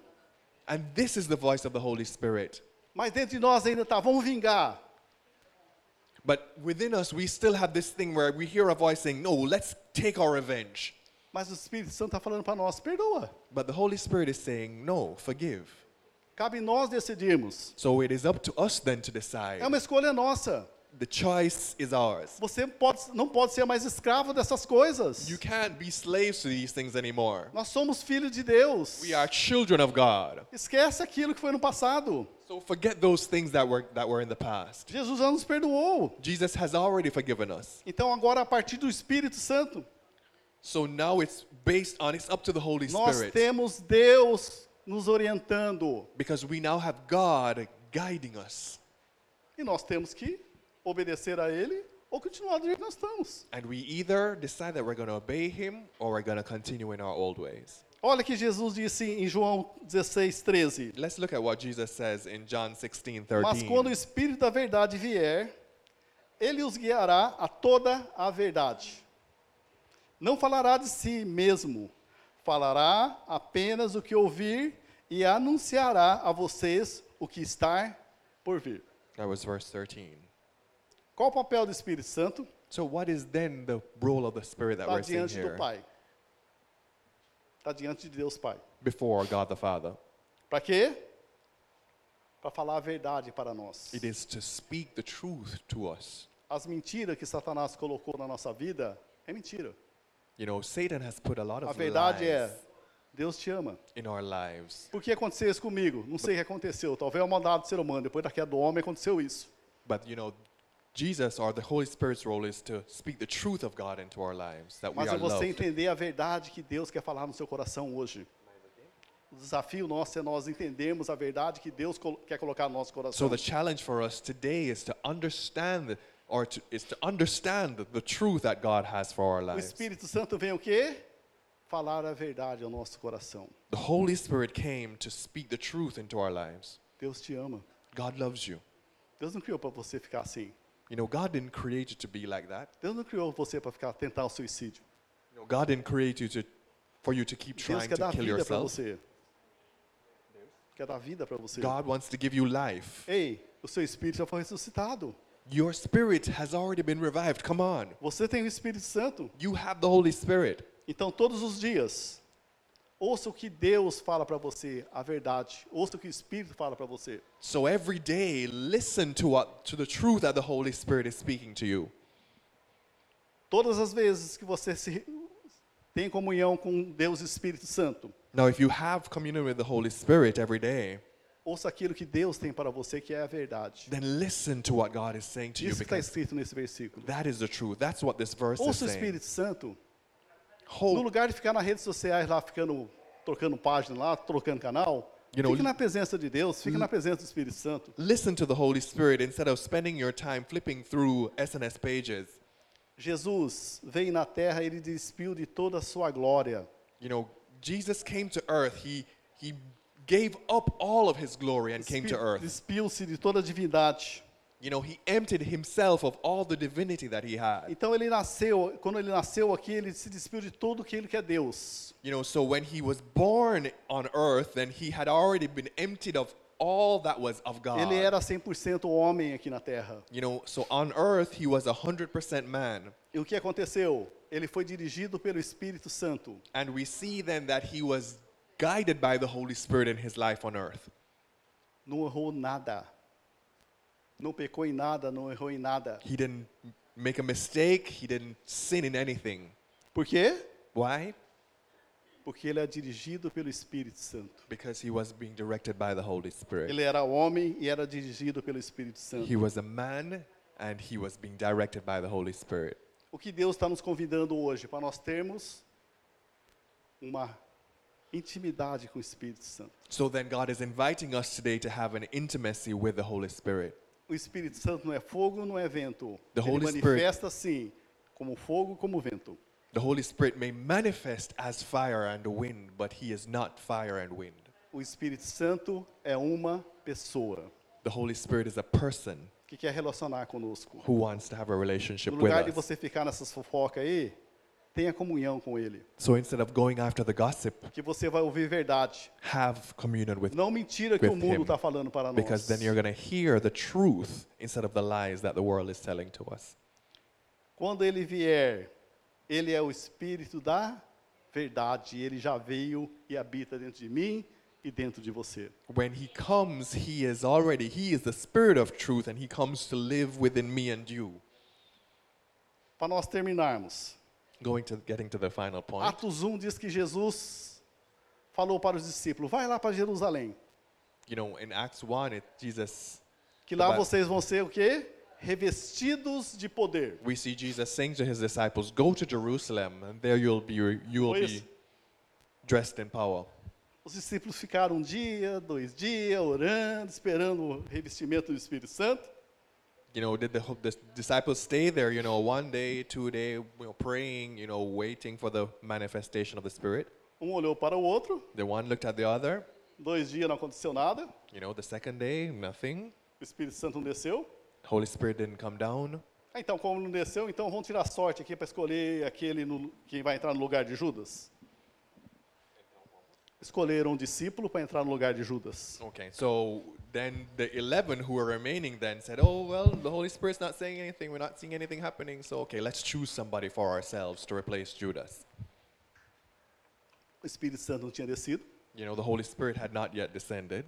S2: And this is the voice of the Holy Spirit.
S1: Mas dentro de nós ainda está, vamos vingar.
S2: But within us, we still have this thing where we hear a voice saying, No, let's take our revenge.
S1: Mas o Espírito Santo está falando para nós, perdoa.
S2: But the Holy Spirit is saying, No, forgive.
S1: Cabe nós decidirmos.
S2: So it is up to us then to decide.
S1: É uma escolha nossa.
S2: The choice is ours.
S1: Você pode- não pode ser mais escravo dessas coisas.
S2: You can't be slaves to these things anymore.
S1: Nós somos filhos de Deus.
S2: We are children of God.
S1: Esquece aquilo que foi no passado.
S2: So forget those things that were, that were in the past.
S1: Jesus já nos perdoou.
S2: Jesus has already forgiven us.
S1: Então agora a partir do Espírito Santo,
S2: So now it's based on, it's up to the Holy
S1: nós
S2: Spirit.
S1: temos Deus nos orientando
S2: Because we now have God guiding us.
S1: e nós temos que obedecer a ele ou continuar do jeito que nós estamos.
S2: And we either decide that we're going to obey Him or we're going to continue in our old ways.
S1: Olha que Jesus disse em João 16, 13.
S2: Let's look at what Jesus says in John 16
S1: Mas quando o
S2: 13.
S1: Espírito da verdade vier, ele os guiará a toda a verdade. Não falará de si mesmo, falará apenas o que ouvir e anunciará a vocês o que está por vir.
S2: That was verse 13.
S1: Qual o papel do Espírito Santo?
S2: So, what is then the role of the Spirit that
S1: Está
S2: we're seeing
S1: diante do
S2: here
S1: Pai. Está diante de Deus Pai.
S2: before God the Father?
S1: Para quê? Para falar a verdade para nós.
S2: It is to speak the truth to us.
S1: As mentiras que Satanás colocou na nossa vida é mentira.
S2: You know, Satan has put a lot
S1: A
S2: of
S1: verdade
S2: lies
S1: é, Deus te ama.
S2: in our lives.
S1: Por que aconteceu isso comigo? Não sei o que aconteceu. Talvez a maldade do ser humano. Depois da queda do homem aconteceu isso.
S2: But you know, Jesus or the Holy Spirit's role is to speak the truth of God into our lives, that we
S1: Mas é
S2: are
S1: você
S2: loved.
S1: entender a verdade que Deus quer falar no seu coração hoje. O desafio nosso é nós entendermos a verdade que Deus col- quer colocar no nosso
S2: So
S1: coração.
S2: the challenge for us today is to understand or to, is to understand the, the truth that God has for our
S1: O
S2: lives.
S1: Espírito Santo vem o quê? Falar a verdade ao nosso coração.
S2: The Holy Spirit came to speak the truth into our lives.
S1: Deus te ama.
S2: God loves you.
S1: Deus não criou para você ficar assim.
S2: You know, God didn't create you to be like that.
S1: Deus não criou você para ficar tentar o suicídio.
S2: You know, God didn't create you to for you to keep
S1: Deus
S2: trying
S1: quer
S2: to
S1: dar
S2: kill
S1: vida para
S2: yourself.
S1: você. Quer dar vida para você.
S2: God wants to give you life.
S1: Ei, o seu espírito já foi ressuscitado.
S2: Your spirit has already been revived. Come on.
S1: Você tem o Espírito Santo.
S2: You have the Holy Spirit.
S1: Então, todos os dias, ouça o que Deus fala para você, a verdade. Ouça o que o Espírito fala para você.
S2: So every day, listen to what to the truth that the Holy Spirit is speaking to you.
S1: Todas as vezes que você se tem comunhão com Deus e Espírito Santo,
S2: Now, if you have communion with the Holy Spirit every day,
S1: ouça aquilo que Deus tem para você, que é a verdade.
S2: then listen to what God is saying to you
S1: Isso que está
S2: because
S1: escrito nesse versículo.
S2: that is the truth. That's what this verse is
S1: Ouça o
S2: saying.
S1: Espírito Santo. No
S2: Hold,
S1: lugar de ficar nas redes sociais lá, ficando, trocando página lá, trocando canal,
S2: You Uhum. know,
S1: fique na presença de Deus, fique na presença do Espírito Santo.
S2: listen to the Holy Spirit instead of spending your time flipping through SNS pages.
S1: Jesus veio na terra, ele despiu de toda a sua glória.
S2: You know, Jesus came to earth. He he gave up all of his glory and came to
S1: Despi-
S2: earth.
S1: Despiu-se de toda a divindade.
S2: You know, he emptied himself of all the divinity that he had.
S1: Então ele nasceu, quando ele nasceu aqui, ele se despiu de tudo aquilo que é Deus.
S2: You know, so when he was born on earth, then he had already been emptied of all that was of God.
S1: Ele era 100% homem aqui na terra.
S2: You know, so on earth he was a hundred percent man,
S1: E o que aconteceu? Ele foi dirigido pelo Espírito Santo.
S2: and we see then that he was guided by the Holy Spirit in his life on earth.
S1: Não errou nada. Não pecou em nada, não errou em nada.
S2: He didn't make a mistake. He didn't sin in anything.
S1: Por quê?
S2: Why?
S1: porque ele é dirigido pelo Espírito Santo.
S2: because he was being directed by the Holy Spirit.
S1: Ele era homem e era dirigido pelo Espírito Santo.
S2: He was a man and he was being directed by the Holy Spirit.
S1: O que Deus está nos convidando hoje para nós termos uma intimidade com o Espírito Santo.
S2: So then God is inviting us today to have an intimacy with the Holy Spirit.
S1: O Espírito Santo não é fogo, não é vento.
S2: The
S1: ele
S2: Holy
S1: manifesta sim, como fogo, como vento.
S2: The Holy Spirit may manifest as fire and wind, but he is not fire and wind.
S1: O Espírito Santo é uma pessoa
S2: The Holy Spirit is a person
S1: que quer relacionar conosco.
S2: who wants to have a relationship
S1: No
S2: with
S1: lugar de
S2: us.
S1: você ficar nessas fofocas aí, tenha comunhão com ele,
S2: So instead of going after the gossip,
S1: que você vai ouvir verdade,
S2: have communion with
S1: não mentira que
S2: With
S1: o mundo
S2: him.
S1: está falando para
S2: because then you're
S1: nós.
S2: going to hear the truth instead of the lies that the world is telling to us.
S1: Quando ele vier, ele é o Espírito da verdade. Ele já veio e habita dentro de mim e dentro de você.
S2: When he comes, he is already, he is the spirit of truth, and he comes to live within me and you.
S1: Para nós terminarmos,
S2: Going to getting to the final point.
S1: Atos 1 diz que Jesus falou para os discípulos: vai lá para Jerusalém,
S2: You know, in Acts 1, it, Jesus,
S1: que lá
S2: Vai.
S1: vocês vão ser o quê? Revestidos de poder.
S2: we see Jesus saying to his disciples, Go to Jerusalem, and there you'll be, you will
S1: Foi
S2: be
S1: isso.
S2: dressed in power.
S1: Os discípulos ficaram um dia, dois dias, orando, esperando o revestimento do Espírito Santo.
S2: You know, did the, ho- the disciples stay there, you know, one day, two day, you know, praying, you know, waiting for the manifestation of the Spirit?
S1: Um olhou para o outro,
S2: The one looked at the other,
S1: dois dias não aconteceu nada, o
S2: you know, the second day, nothing.
S1: Espírito Santo não desceu.
S2: Holy Spirit didn't come down.
S1: Ah, Então, como não desceu, então vamos tirar sorte aqui para escolher aquele no, quem vai entrar no lugar de Judas. Escolheram um discípulo para entrar no lugar de Judas.
S2: Okay, so then the 11 who were remaining then said, Oh, well, the Holy Spirit's not saying anything. We're not seeing anything happening. So, okay, let's choose somebody for ourselves to replace Judas.
S1: O Espírito Santo não tinha descido.
S2: You know, the Holy Spirit had not yet descended.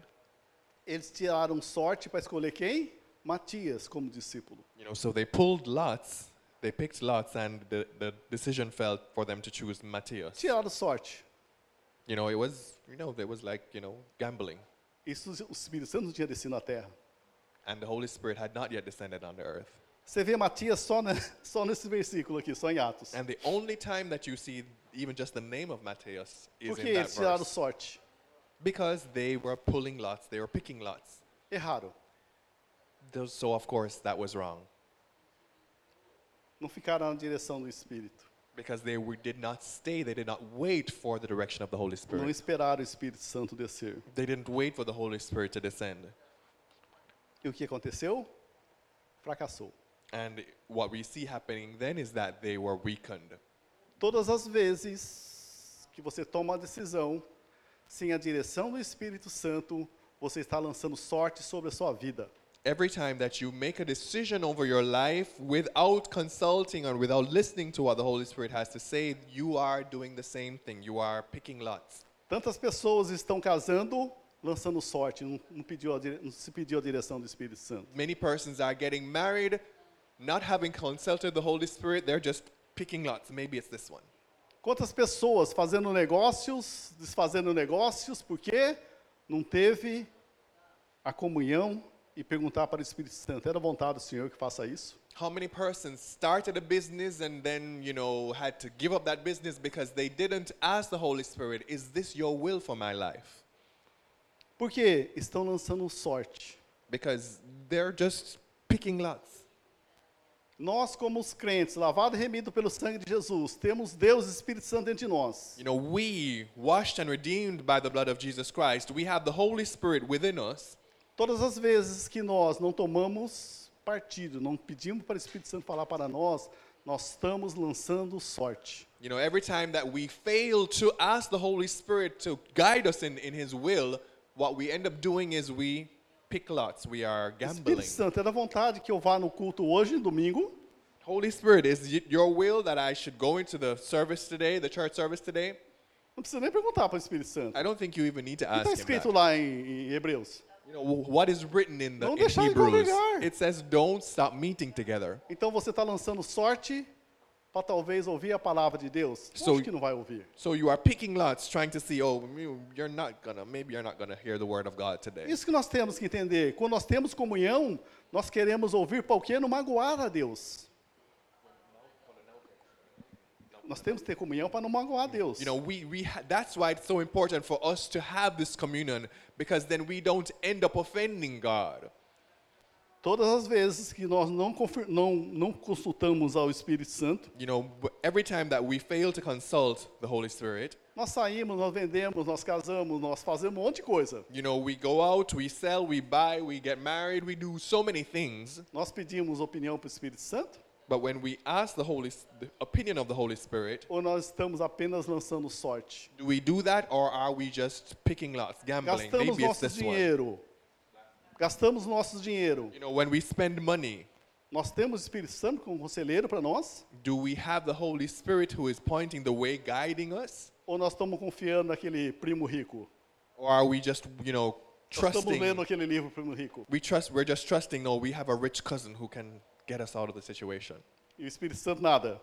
S1: Eles tiraram sorte para escolher quem? Matias como discípulo.
S2: You know, so they pulled lots. They picked lots, and the, the decision fell for them to choose Matthias.
S1: Tiraram sorte.
S2: You know, it was, you know, there was like, you know, gambling.
S1: Isso, o Espírito Santo não tinha descido na terra.
S2: And the Holy Spirit had not yet descended on the earth.
S1: Você vê Matias só, na- só nesse versículo aqui, só em Atos.
S2: And the only time that you see even just the name of Matthias is
S1: Por que
S2: in that
S1: eles tiraram
S2: verse.
S1: sorte?
S2: Because they were pulling lots, they were picking lots.
S1: Erraram.
S2: Those- So, of course, that was wrong.
S1: Não ficaram na direção do Espírito.
S2: Because they were, did not stay, they did not wait for the direction of the Holy
S1: Não
S2: Spirit.
S1: esperaram o Espírito Santo descer.
S2: They didn't wait for the Holy Spirit to descend.
S1: E o que aconteceu? Fracassou.
S2: And what we see happening then is that they were weakened.
S1: Todas as vezes que você toma uma decisão sem a direção do Espírito Santo, você está lançando sorte sobre a sua vida.
S2: Every time that you make a decision over your life without consulting or without listening to what the Holy Spirit has to say, you are doing the same thing. You are picking lots.
S1: Tantas pessoas estão casando lançando sorte, não, não pediu a dire- não se pediu a direção do Espírito Santo.
S2: Many persons are getting married, not having consulted the Holy Spirit, they're just picking lots. Maybe it's this one.
S1: Quantas pessoas fazendo negócios, desfazendo negócios, porque não teve a comunhão e perguntar para o Espírito Santo, era vontade do Senhor que faça isso?
S2: How many persons started a business and then, you know, had to give up that business because they didn't ask the Holy Spirit, is this your will for my life?
S1: Porque estão lançando sorte.
S2: Because they're just picking lots.
S1: Nós, como os crentes, lavado e remido pelo sangue de Jesus, temos Deus e Espírito Santo dentro de nós.
S2: You know, we, washed and redeemed by the blood of Jesus Christ, we have the Holy Spirit within us.
S1: Todas as vezes que nós não tomamos partido, não pedimos para o Espírito Santo falar para nós, nós estamos lançando sorte.
S2: You know, every time that we fail to ask the Holy Spirit to guide us in, in His will, what we end up doing is we pick lots. We are gambling.
S1: Espírito Santo, é da vontade que eu vá no culto hoje, domingo,
S2: Holy Spirit, is it your will that I should go into the service today, the church service today?
S1: não precisa nem perguntar para o Espírito Santo.
S2: I don't think you even need to
S1: O que
S2: ask
S1: está
S2: him that.
S1: escrito lá em, em Hebreus?
S2: You know, wh- what is written in the
S1: Don't
S2: in
S1: deixar ele
S2: Hebrews?
S1: congregar.
S2: It says, "Don't stop meeting together."
S1: Então você está lançando sorte para talvez ouvir a palavra de Deus.
S2: So-
S1: Acho que não vai ouvir.
S2: So you are picking lots, trying to see, oh, you- you're not gonna, maybe you're not gonna hear the word of God today.
S1: É Isso que nós temos que entender. Quando nós temos comunhão, nós queremos ouvir para o quê? Não magoar a Deus. Nós temos que ter comunhão para não magoar a Deus.
S2: You know, we, we ha- that's why it's so important for us to have this communion because then we don't end up offending God.
S1: Todas as vezes que nós não, confir- não, não consultamos ao Espírito Santo,
S2: You know, w- every time that we fail to consult the Holy Spirit,
S1: nós saímos, nós vendemos, nós casamos, nós fazemos um monte de coisa.
S2: you know, we go out, we sell, we buy, we get married, we do so many things.
S1: Nós pedimos opinião para o Espírito Santo
S2: But when we ask the Holy, S- the opinion of the Holy Spirit,
S1: ou nós estamos apenas lançando sorte?
S2: do we do that or are we just picking lots, gambling?
S1: Gastamos
S2: Maybe it's
S1: nosso
S2: this one.
S1: dinheiro. Gastamos nosso dinheiro.
S2: You know, when we spend money,
S1: Nós temos o Espírito Santo como conselheiro para nós?
S2: Do we have the Holy Spirit who is pointing the way, guiding us?
S1: Ou nós estamos confiando naquele primo rico?
S2: Or are we just, you know,
S1: Nós estamos lendo
S2: trusting?
S1: aquele livro Primo Rico.
S2: We trust, we're just trusting, no, we have a rich cousin who can get us out of the situation.
S1: E o Espírito Santo nada.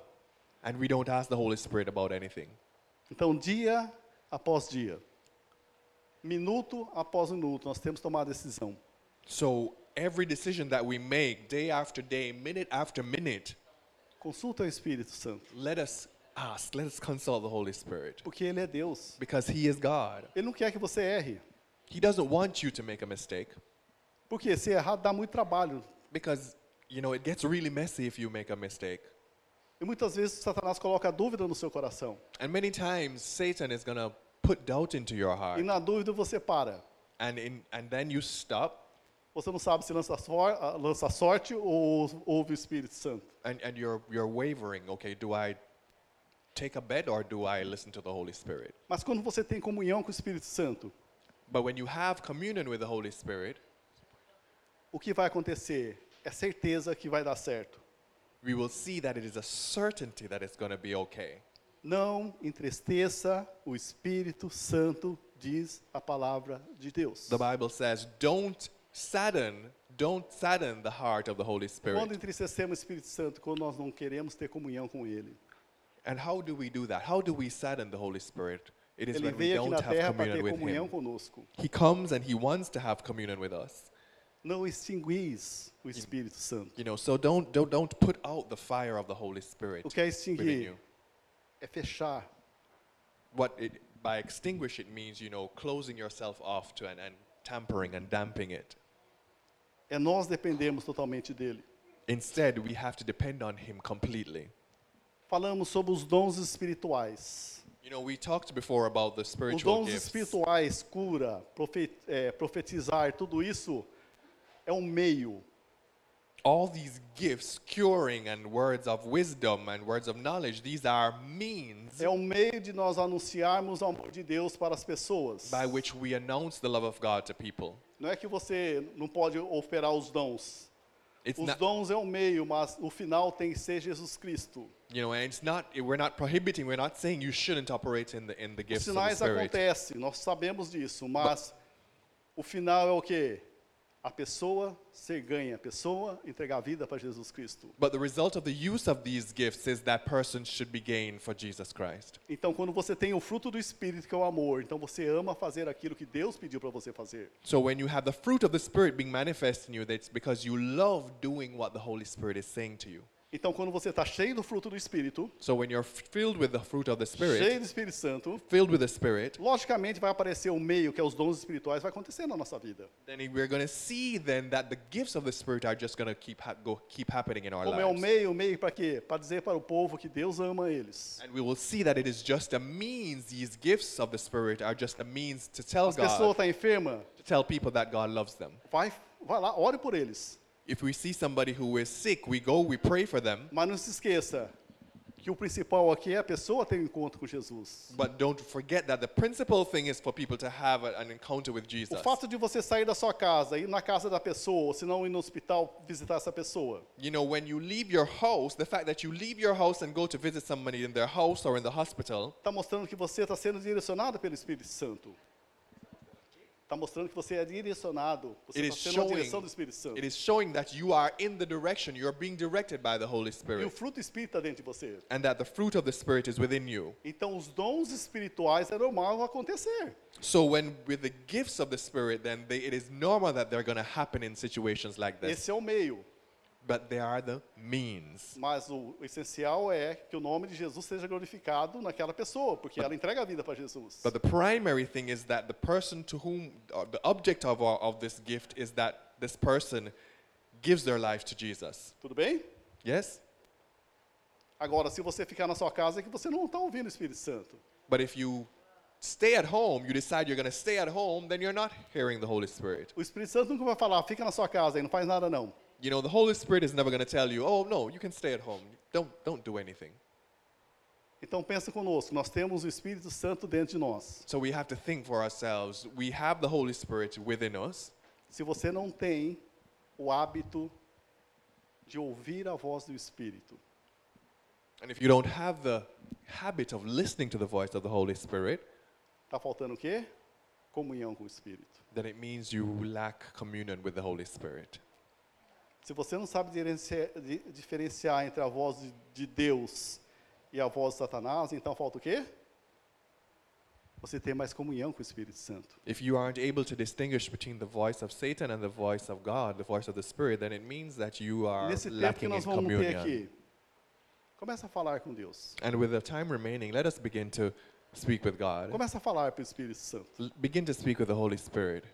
S2: And we don't ask the Holy Spirit about anything.
S1: Então, dia após dia, minuto após minuto, nós temos que tomar a decisão.
S2: So every decision that we make, day after day, minute after minute,
S1: Consulta o Espírito Santo,
S2: let us ask, let us consult the Holy Spirit.
S1: porque ele é Deus.
S2: Because He is God.
S1: Ele não quer que você erre.
S2: He doesn't want you to make a mistake.
S1: Porque se errar dá muito trabalho.
S2: Because, you know, it gets really messy if you make a mistake.
S1: E muitas vezes Satanás coloca dúvida no seu coração.
S2: And many times Satan is gonna put doubt into your
S1: E
S2: heart,
S1: na dúvida você para.
S2: and in, and then you stop,
S1: Você não sabe se lança, sor- ah, lança sorte ou ouve o Espírito Santo.
S2: and, and you're you're wavering. Okay, do I take a bet or do I listen to the Holy Spirit?
S1: Mas quando você tem comunhão com o Espírito Santo,
S2: But when you have communion with the Holy Spirit,
S1: o que vai acontecer? É certeza que vai dar certo.
S2: we will see that it is a certainty that it's gonna be okay.
S1: Não entristeça o Espírito Santo, diz a palavra de Deus.
S2: The Bible says, "Don't sadden, don't sadden the heart of the Holy
S1: Quando
S2: Spirit."
S1: entristecemos o Espírito Santo, quando nós não queremos ter comunhão com Ele,
S2: And how do we do that? How do we sadden the Holy Spirit? It is
S1: Ele
S2: when we
S1: veio aqui
S2: don't
S1: na terra
S2: have
S1: para
S2: communion
S1: ter
S2: with
S1: comunhão
S2: Him.
S1: conosco.
S2: He comes and He wants to have communion with us.
S1: Não extinguis
S2: Hum.
S1: o Espírito Santo.
S2: You know, so don't don't don't put out the fire of the Holy Spirit
S1: O que é
S2: within
S1: extinguir?
S2: you.
S1: É fechar,
S2: What it by extinguish it means, you know, closing yourself off to and, and tampering and damping it.
S1: é nós dependemos totalmente dele.
S2: Instead, we have to depend on Him completely.
S1: Falamos sobre os dons espirituais.
S2: You know, we talked before about the
S1: Os
S2: spiritual
S1: dons
S2: gifts.
S1: espirituais, cura, profe- é, profetizar, tudo isso é um meio.
S2: All these gifts, curing and words of wisdom and words of knowledge, these are means
S1: É um meio de nós anunciarmos o amor de Deus para as pessoas.
S2: by which we announce the love of God to people.
S1: Não é que você não pode operar os dons.
S2: It's
S1: Os
S2: not,
S1: dons é um meio, mas o final tem que ser Jesus Cristo.
S2: you know, and it's not. We're not prohibiting. We're not saying you shouldn't operate in the in the
S1: Os
S2: gifts of the
S1: sinais
S2: Spirit.
S1: acontecem, nós sabemos disso, mas o final é o quê? A pessoa ser ganha, a pessoa entregar a vida para Jesus Cristo.
S2: But the result of the use of these gifts is that person should be gained for Jesus Christ.
S1: Então, quando você tem o fruto do Espírito, que é o amor, então você ama fazer aquilo que Deus pediu para você fazer.
S2: So when you have the fruit of the Spirit being manifest in you, that's because you love doing what the Holy Spirit is saying to you.
S1: Então, quando você está cheio do fruto do Espírito,
S2: So when you're f- filled with the fruit of the
S1: cheio
S2: Spirit,
S1: do Espírito Santo,
S2: filled with the Spirit,
S1: logicamente vai aparecer o meio, que é os dons espirituais, vai acontecer na nossa vida.
S2: then we're going to see then that the gifts of the Spirit are just going to keep ha- go keep happening in our
S1: Como é o
S2: lives.
S1: meio, o meio para quê? Para dizer para o povo que Deus ama eles.
S2: And we will see that it is just a means. These gifts of the Spirit are just a means to tell
S1: As pessoa
S2: God,
S1: está enferma,
S2: to tell people that God loves them.
S1: vai, vai lá, ore por eles.
S2: If we see somebody who is sick, we go, we pray for them.
S1: Mas não se esqueça que o principal aqui é a pessoa ter um encontro com Jesus.
S2: But don't forget that the principal thing is for people to have a- an encounter with
S1: O
S2: Jesus.
S1: fato de você sair da sua casa, ir na casa da pessoa, ou se não ir no hospital visitar essa pessoa,
S2: You know, when you leave your house, the fact that you leave your house and go to visit somebody in their house
S1: tá
S2: or in the hospital
S1: está mostrando que você está sendo direcionado pelo Espírito Santo. Está mostrando que você é direcionado. Você
S2: It
S1: está
S2: is
S1: sendo a
S2: showing-
S1: direção do Espírito Santo.
S2: It is showing that you are in the direction, you are being directed by the Holy
S1: E o
S2: Spirit,
S1: fruto espírito está dentro de você.
S2: and that the fruit of the Spirit is within you.
S1: Então, os dons espirituais é normal acontecer.
S2: So, when with the gifts of the Spirit, then they, it is normal that they're going to happen in situations like this,
S1: Esse é o meio.
S2: but they are the means.
S1: Mas o essencial é que o nome de Jesus seja glorificado naquela pessoa, porque ela entrega a vida para Jesus.
S2: But the primary thing is that the person to whom, or the object of, our, of this gift is that this person gives their life to Jesus.
S1: Tudo bem?
S2: Yes?
S1: Agora, se você ficar na sua casa, é que você não está ouvindo o Espírito Santo.
S2: But if you stay at home, you decide you're going to stay at home, then you're not hearing the Holy Spirit.
S1: O Espírito Santo nunca vai falar, fica na sua casa e não faz nada não.
S2: You know, the Holy Spirit is never going to tell you, "Oh no, you can stay at home. Don't don't do anything."
S1: Então pensa conosco, nós temos o Espírito Santo dentro de nós.
S2: So we have to think for ourselves. We have the Holy Spirit within us.
S1: Se você não tem o hábito de ouvir a voz do Espírito,
S2: And if you don't have the habit of listening to the voice of the Holy Spirit,
S1: está Tá faltando o quê? Comunhão com o Espírito.
S2: then it means you lack communion with the Holy Spirit.
S1: Se você não sabe diferenciar, di- diferenciar entre a voz de, de Deus e a voz de Satanás, então falta o quê? Você tem mais comunhão com o Espírito Santo.
S2: If you aren't able to distinguish between the voice of Satan and the voice of God, the voice of the Spirit, then it means that you are
S1: Nesse tempo que
S2: lacking in
S1: nós vamos ter
S2: communion.
S1: aqui, começa a falar com Deus.
S2: And with the time remaining, let us begin to speak with God.
S1: Começa a falar para o Espírito Santo.
S2: L- Begin to speak with the Holy Spirit.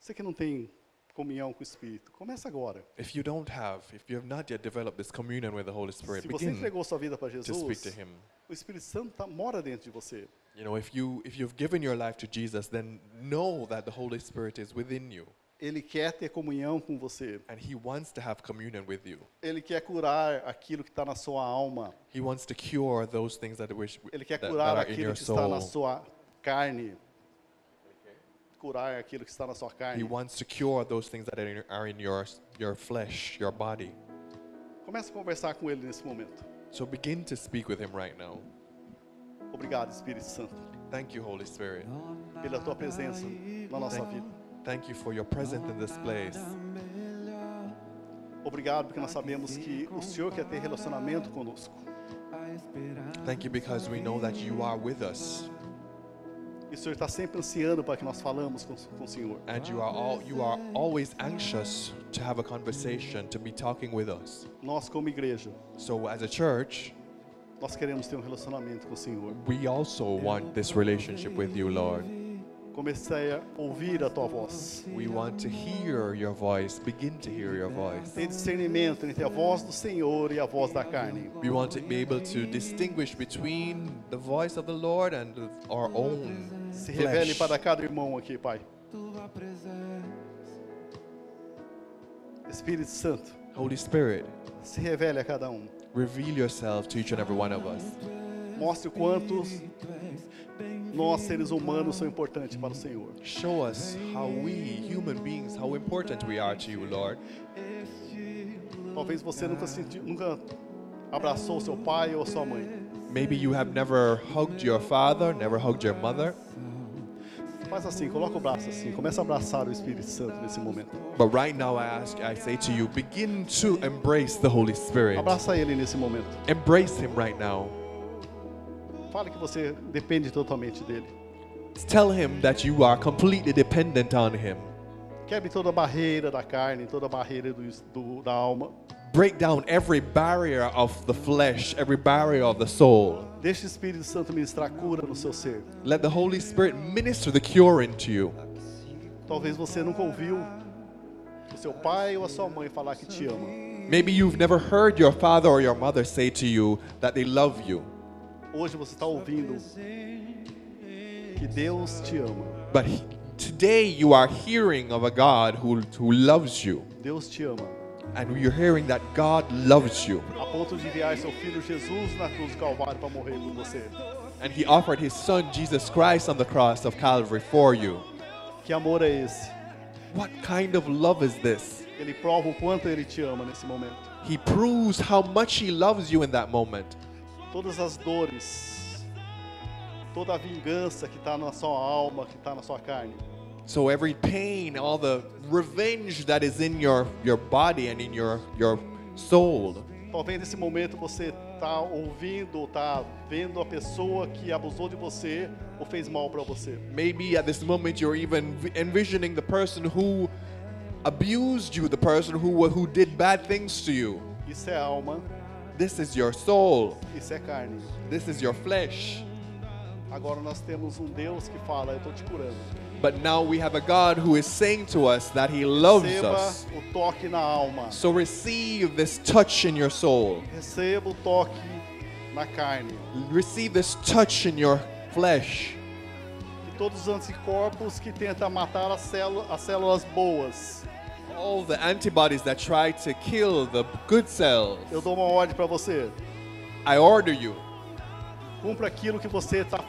S1: Você que não tem comunhão com o Espírito, começa agora.
S2: If you don't have, if you have not yet developed this communion with the Holy Spirit,
S1: Se você
S2: begin
S1: entregou sua vida para
S2: to
S1: Jesus,
S2: speak to Him.
S1: o Espírito Santo tá, mora dentro de você.
S2: You know, if you if you've given your life to Jesus, then know that the Holy Spirit is within you,
S1: Ele quer ter comunhão com você.
S2: and He wants to have communion with you.
S1: Ele quer curar aquilo que está na sua alma.
S2: He wants to cure those things that wish
S1: Ele quer
S2: that,
S1: curar
S2: that are in
S1: aquilo
S2: your
S1: que está na
S2: soul.
S1: sua carne. Curar aquilo que está na sua carne.
S2: He wants to cure those things that are in, are in your your flesh, your body.
S1: Começa a conversar com ele nesse momento.
S2: So begin to speak with Him right now.
S1: Obrigado, Espírito Santo,
S2: Thank you, Holy Spirit.
S1: pela tua presença na nossa vida.
S2: Thank you for your presence in this place.
S1: Obrigado porque nós sabemos que o Senhor quer ter relacionamento conosco.
S2: Thank you because we know that you are with us
S1: E o Senhor está sempre ansiando para que nós falamos com, com o Senhor.
S2: and you are all you are always anxious to have a conversation, to be talking with us.
S1: Nós, como igreja,
S2: So as a church,
S1: nós queremos ter um relacionamento com o Senhor.
S2: we also want this relationship with you, Lord.
S1: Comecei a ouvir a tua voz.
S2: We want to hear your voice, begin to hear your voice.
S1: Ter discernimento entre a voz do Senhor e a voz da carne.
S2: We want to be able to distinguish between the voice of the Lord and our own
S1: Se revele para
S2: flesh.
S1: cada irmão aqui, Pai. Espírito Santo,
S2: Holy Spirit,
S1: se revele a cada um.
S2: reveal yourself to each and every one of us.
S1: Mostre o quanto nós, seres humanos, somos importantes para o Senhor.
S2: Show us how we, human beings, how important we are to you, Lord.
S1: Talvez você nunca, sentiu, nunca abraçou seu pai ou sua mãe.
S2: Maybe you have never hugged your father, never hugged your mother,
S1: Faz assim, coloca o braço assim. Começa a abraçar o Espírito Santo nesse momento.
S2: but right now I ask, I say to you, begin to embrace the Holy Spirit.
S1: Abraça ele nesse momento.
S2: Embrace Him right now.
S1: Fala que você depende totalmente dele.
S2: Tell Him that you are completely dependent on Him.
S1: Quebre toda a barreira da carne, toda a barreira do, do- da alma.
S2: Break down every barrier of the flesh, every barrier of the soul.
S1: Deixe o Espírito Santo ministrar cura no seu ser.
S2: Let the Holy Spirit minister the cure into you.
S1: Talvez você nunca ouviu o seu pai ou a sua mãe falar que te ama.
S2: Maybe you've never heard your father or your mother say to you that they love you.
S1: Hoje você está ouvindo que Deus te ama.
S2: But he- today you are hearing of a God who, who loves you.
S1: Deus te ama.
S2: And you're hearing that God loves you.
S1: A ponto de enviar seu filho Jesus na cruz do Calvário para morrer por você.
S2: And he offered his son Jesus Christ on the cross of Calvary for you.
S1: Que amor é esse?
S2: What kind of love is this?
S1: Ele prova o quanto ele te ama nesse momento.
S2: He proves how much he loves you in that moment.
S1: Todas as dores, toda a vingança que está na sua alma, que está na sua carne.
S2: So every pain, all the revenge that is in your, your body and in your, your soul.
S1: Talvez nesse momento você está ouvindo, ou está vendo a pessoa que abusou de você ou fez mal para você.
S2: Maybe at this moment you're even v- envisioning the person who abused you, the person who, who did bad things to you.
S1: Isso é alma,
S2: This is your soul.
S1: isso é carne.
S2: This is your flesh.
S1: Agora nós temos um Deus que fala: Eu estou te curando.
S2: But now we have a God who is saying to us that He loves
S1: Receba
S2: us.
S1: o toque na alma,
S2: So receive this touch in your soul.
S1: receba o toque na carne.
S2: Receive this touch in your flesh.
S1: E todos os anticorpos que tentam matar as, célu- as células boas.
S2: All the antibodies that try to kill the good cells.
S1: Eu dou uma ordem para você:
S2: I order you.
S1: cumpra aquilo que você tá,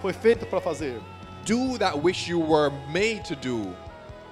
S1: foi feito para fazer.
S2: Do that which you were made to do.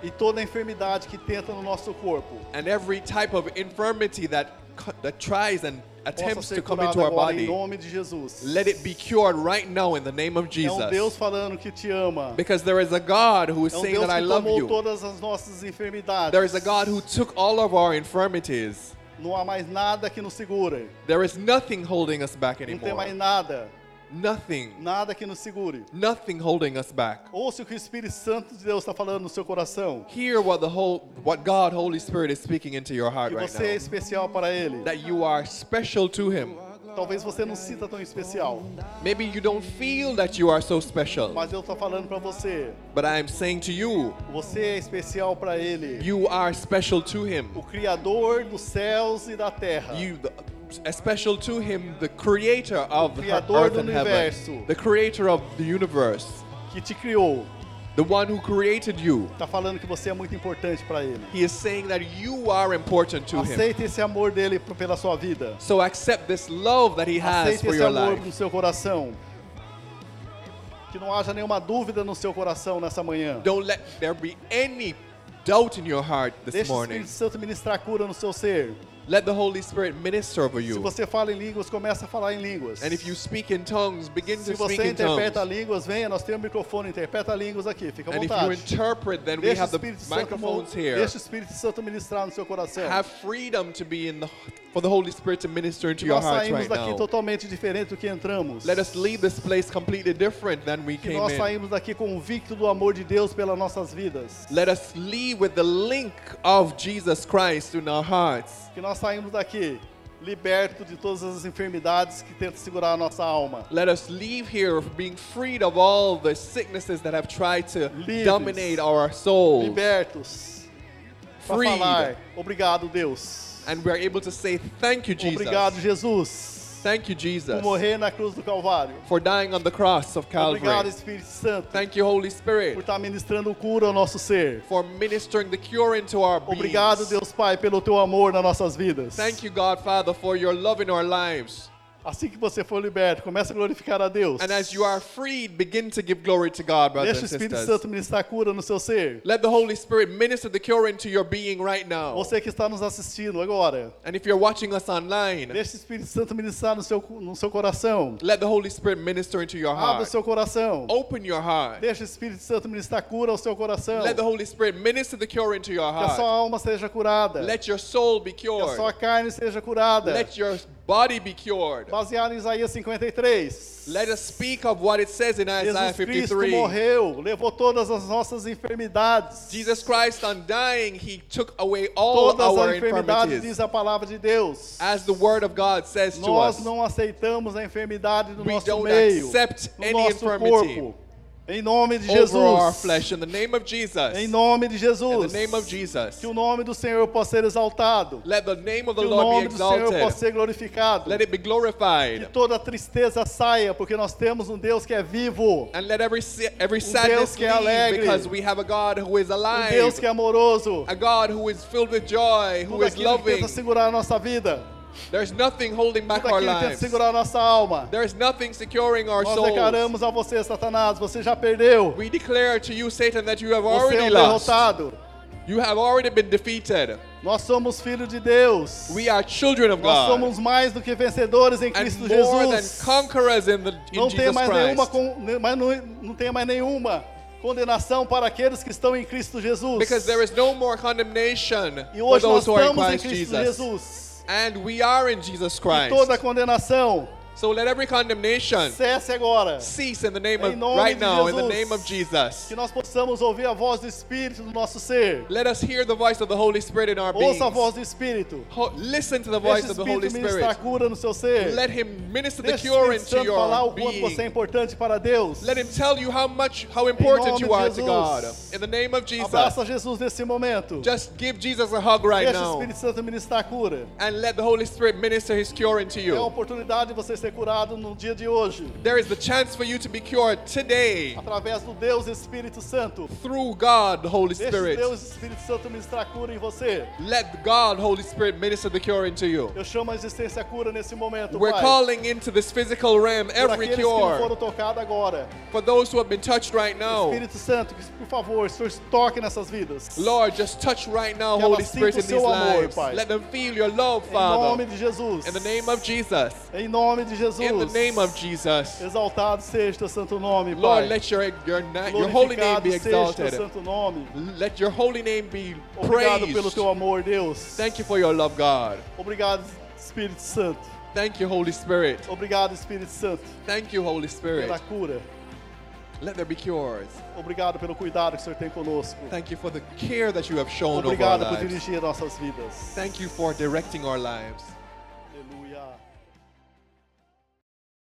S1: E toda a enfermidade que tenta no nosso corpo
S2: And every type of infirmity that, co- that tries and
S1: possa
S2: attempts to
S1: ser
S2: come
S1: curada
S2: into our
S1: agora em
S2: body,
S1: nome de Jesus.
S2: let it be cured right now in the name of
S1: É um Deus
S2: Jesus.
S1: falando que te ama.
S2: Because there is a God who is
S1: É um
S2: saying
S1: Deus
S2: that I
S1: que
S2: love
S1: tomou
S2: you.
S1: todas as nossas enfermidades.
S2: There is a God who took all of our infirmities.
S1: Não há mais nada que nos segure.
S2: There is nothing holding us back
S1: Não tem mais
S2: anymore.
S1: nada,
S2: Nothing.
S1: nada que nos segure.
S2: Nothing holding us back.
S1: Ouça o que o Espírito Santo de Deus está falando no seu coração.
S2: Hear what the whole what God Holy Spirit is speaking into your heart
S1: Que
S2: right
S1: você é
S2: now.
S1: especial para Ele.
S2: That you are special to him.
S1: Talvez você não sinta tão especial,
S2: Maybe you don't feel that you are so special,
S1: mas Deus está falando para você.
S2: but I am saying to you,
S1: Você é especial para Ele.
S2: you are special to him.
S1: O Criador dos céus e da terra.
S2: You the, special to him, the creator of the
S1: Criador
S2: earth
S1: do
S2: and heaven,
S1: universo.
S2: the creator of the universe,
S1: que te criou.
S2: the one who created you.
S1: Está falando que você é muito importante para Ele.
S2: He is saying that you are important to him.
S1: Aceite esse amor dele p- pela sua vida.
S2: So accept this love that he has
S1: Aceite
S2: for
S1: esse
S2: your
S1: amor
S2: life.
S1: no seu coração. Que não haja nenhuma dúvida no seu coração nessa manhã.
S2: Don't let there be any doubt in your heart this
S1: Deixe o
S2: morning.
S1: Espírito Santo ministrar cura no seu ser.
S2: Let the Holy Spirit minister over
S1: Se
S2: you.
S1: você fala em línguas, comece a falar em línguas.
S2: And if you speak in tongues, begin
S1: Se
S2: to speak
S1: você
S2: in
S1: interpreta
S2: tongues.
S1: línguas, venha, nós temos um microfone, interpreta línguas aqui, fica à
S2: And if you
S1: vontade.
S2: interpret, then we
S1: Deixe o
S2: have the
S1: Espírito Santo, mo-
S2: microphones here.
S1: deixe o Espírito Santo ministrar no seu coração.
S2: Have freedom to be in the for the Holy Spirit to minister into your
S1: Nós
S2: hearts
S1: saímos
S2: right
S1: daqui
S2: now.
S1: totalmente diferente do que entramos.
S2: Let us leave this place completely different than we
S1: Que
S2: came
S1: nós
S2: in.
S1: saímos daqui convicto do amor de Deus pelas nossas vidas.
S2: Let us leave with the link of Jesus Christ in our hearts.
S1: Que nós saímos daqui liberto de todas as enfermidades que tentam segurar a nossa alma.
S2: Let us leave here being freed of all the sicknesses that have tried to
S1: Livres.
S2: dominate our souls.
S1: Libertos. Para
S2: Freed.
S1: falar, obrigado, Deus.
S2: And we're able to say, Thank you, Jesus.
S1: Obrigado, Jesus.
S2: Thank you,
S1: Por
S2: Jesus,
S1: morrer na cruz do Calvário.
S2: for dying on the cross of
S1: Obrigado,
S2: Calvary.
S1: Espírito Santo.
S2: Thank you, Holy
S1: Por
S2: Spirit,
S1: estar ministrando cura ao nosso ser.
S2: for ministering the cure into our
S1: Obrigado,
S2: beings.
S1: Deus Pai, pelo teu amor nas nossas vidas.
S2: Thank you, God Father, for your love in our lives.
S1: Assim que você for liberto, comece a glorificar a Deus.
S2: And as you are freed, begin to give glory to God, brothers
S1: Deixa o
S2: and
S1: Espírito
S2: sisters.
S1: Santo ministrar cura no seu ser.
S2: Let the Holy Spirit minister the cure into your being right now.
S1: Você que está nos assistindo agora,
S2: And if you're watching us online,
S1: deixa o Espírito Santo ministrar no seu, no seu coração.
S2: let the Holy Spirit minister into your
S1: Abra o
S2: heart.
S1: seu coração.
S2: Open your heart.
S1: Deixa o Espírito Santo ministrar cura ao seu coração.
S2: Let the Holy Spirit minister the cure into your
S1: Que a sua
S2: heart.
S1: alma seja curada.
S2: Let your soul be
S1: Que a
S2: cured.
S1: sua carne seja curada.
S2: Let your body be cured.
S1: Baseado em Isaías 53.
S2: Let us speak of what it says in Isaiah
S1: Jesus Cristo
S2: 53.
S1: morreu, levou todas as nossas enfermidades.
S2: Jesus Christ, on dying, he took away all
S1: todas
S2: our
S1: as enfermidades,
S2: infirmities.
S1: diz a palavra de Deus.
S2: As the word of God says to
S1: Nós
S2: us,
S1: não aceitamos a enfermidade do
S2: We
S1: nosso
S2: don't
S1: meio,
S2: accept
S1: do
S2: any
S1: nosso
S2: infirmity
S1: corpo. Em nome de
S2: over our
S1: Jesus.
S2: flesh, in the name of Jesus,
S1: Em
S2: in
S1: nome de
S2: the
S1: Jesus.
S2: name of Jesus,
S1: Que o nome do Senhor possa ser exaltado.
S2: let the name of the
S1: Que o
S2: Lord be
S1: nome do Senhor possa
S2: exalted.
S1: ser glorificado.
S2: Let it be
S1: Que
S2: glorified,
S1: toda tristeza saia, porque nós temos um Deus que é vivo.
S2: and let every si- every
S1: Deus
S2: sadness
S1: que é alegre.
S2: leave, because we have a God who is
S1: Um Deus
S2: alive,
S1: que é amoroso.
S2: a God who is filled with joy, who
S1: Tudo
S2: is
S1: aquilo que
S2: loving.
S1: tenta segurar a nossa vida.
S2: There's nothing holding back
S1: Tudo
S2: our
S1: aquilo que tenta
S2: lives.
S1: segurar a nossa alma.
S2: There is nothing securing our
S1: Nós
S2: souls.
S1: declaramos a você, Satanás, você já perdeu.
S2: We declare to you, Satan, that you have
S1: Você é
S2: already
S1: um
S2: lost.
S1: derrotado.
S2: You have already been defeated.
S1: Nós somos filhos de Deus.
S2: We are children of
S1: Nós
S2: God.
S1: somos mais do que vencedores em
S2: and
S1: Cristo
S2: more than
S1: Jesus.
S2: conquerors in, the, in
S1: Não tem
S2: Jesus
S1: mais nenhuma,
S2: Christ.
S1: con- ne- mas não, não tem mais nenhuma condenação para aqueles que estão em Cristo Jesus.
S2: Because there is no more condemnation
S1: e
S2: for
S1: hoje nós
S2: those who are in
S1: estamos em
S2: Christ
S1: Cristo
S2: Jesus.
S1: Jesus.
S2: And we are in Jesus
S1: E toda
S2: Christ.
S1: condenação
S2: So let every condemnation
S1: cesse agora.
S2: cease in the name
S1: Em
S2: of
S1: nome
S2: right
S1: de
S2: now in the
S1: Jesus.
S2: name of Jesus.
S1: Que nós possamos ouvir a voz do Espírito do nosso ser.
S2: Let us hear the voice of the Holy Spirit in our beings.
S1: Ouça a voz do Espírito.
S2: Ho- listen to the voice
S1: Deixe o
S2: of the Holy
S1: Espírito ministrar
S2: Spirit.
S1: a cura no seu ser.
S2: Let him minister the
S1: Deixe
S2: cure
S1: o Espírito
S2: into
S1: Santo falar
S2: your
S1: o quanto você é
S2: being.
S1: importante para Deus.
S2: Let him tell you how much, how
S1: nome
S2: important you
S1: de
S2: are to
S1: Jesus.
S2: God. In the name of Jesus,
S1: Abraça Jesus nesse momento.
S2: just give Jesus a hug right
S1: Deixe o
S2: now
S1: Espírito Santo ministrar a cura.
S2: and let the Holy Spirit minister his cure into
S1: É uma
S2: you.
S1: oportunidade de você ser curado no dia de hoje.
S2: There is the chance for you to be cured today
S1: Através do Deus Espírito Santo.
S2: through God, the Holy
S1: Deixe
S2: Spirit.
S1: Deus Espírito Santo ministrar a cura em você.
S2: Let God, Holy Spirit, minister the cure into you.
S1: Eu chamo a existência a cura nesse momento,
S2: We're
S1: Pai.
S2: calling into this physical realm
S1: Por
S2: every
S1: aqueles que não
S2: cure Oh.
S1: foram tocados agora.
S2: for those who have been touched right now.
S1: Espírito Santo, que, por favor, o Senhor toque nessas vidas.
S2: Lord, just touch right now,
S1: Que elas
S2: Holy Spirit,
S1: sintam
S2: in
S1: seu
S2: these
S1: amor,
S2: lives.
S1: Pai.
S2: Let them feel your love,
S1: em nome
S2: Father.
S1: de Jesus.
S2: In the name of Jesus.
S1: Em nome de Jesus.
S2: In the name of Jesus.
S1: Exaltado seja o teu santo nome, Pai.
S2: Lord, let your, your, na- your holy name
S1: Glorificado
S2: be
S1: Seja o teu
S2: exalted.
S1: santo nome.
S2: Let your holy name be
S1: Obrigado pelo
S2: praised.
S1: teu amor, Deus.
S2: Thank you for your love, God.
S1: Obrigado, Espírito Santo.
S2: Thank you, Holy Spirit.
S1: Obrigado, Espírito Santo,
S2: Thank you, Holy Spirit.
S1: pela cura.
S2: Let there be cures.
S1: Obrigado pelo cuidado que o Senhor tem conosco.
S2: Thank you for the care that you have shown over our
S1: Obrigado por
S2: lives.
S1: dirigir nossas vidas.
S2: Thank you for directing our lives.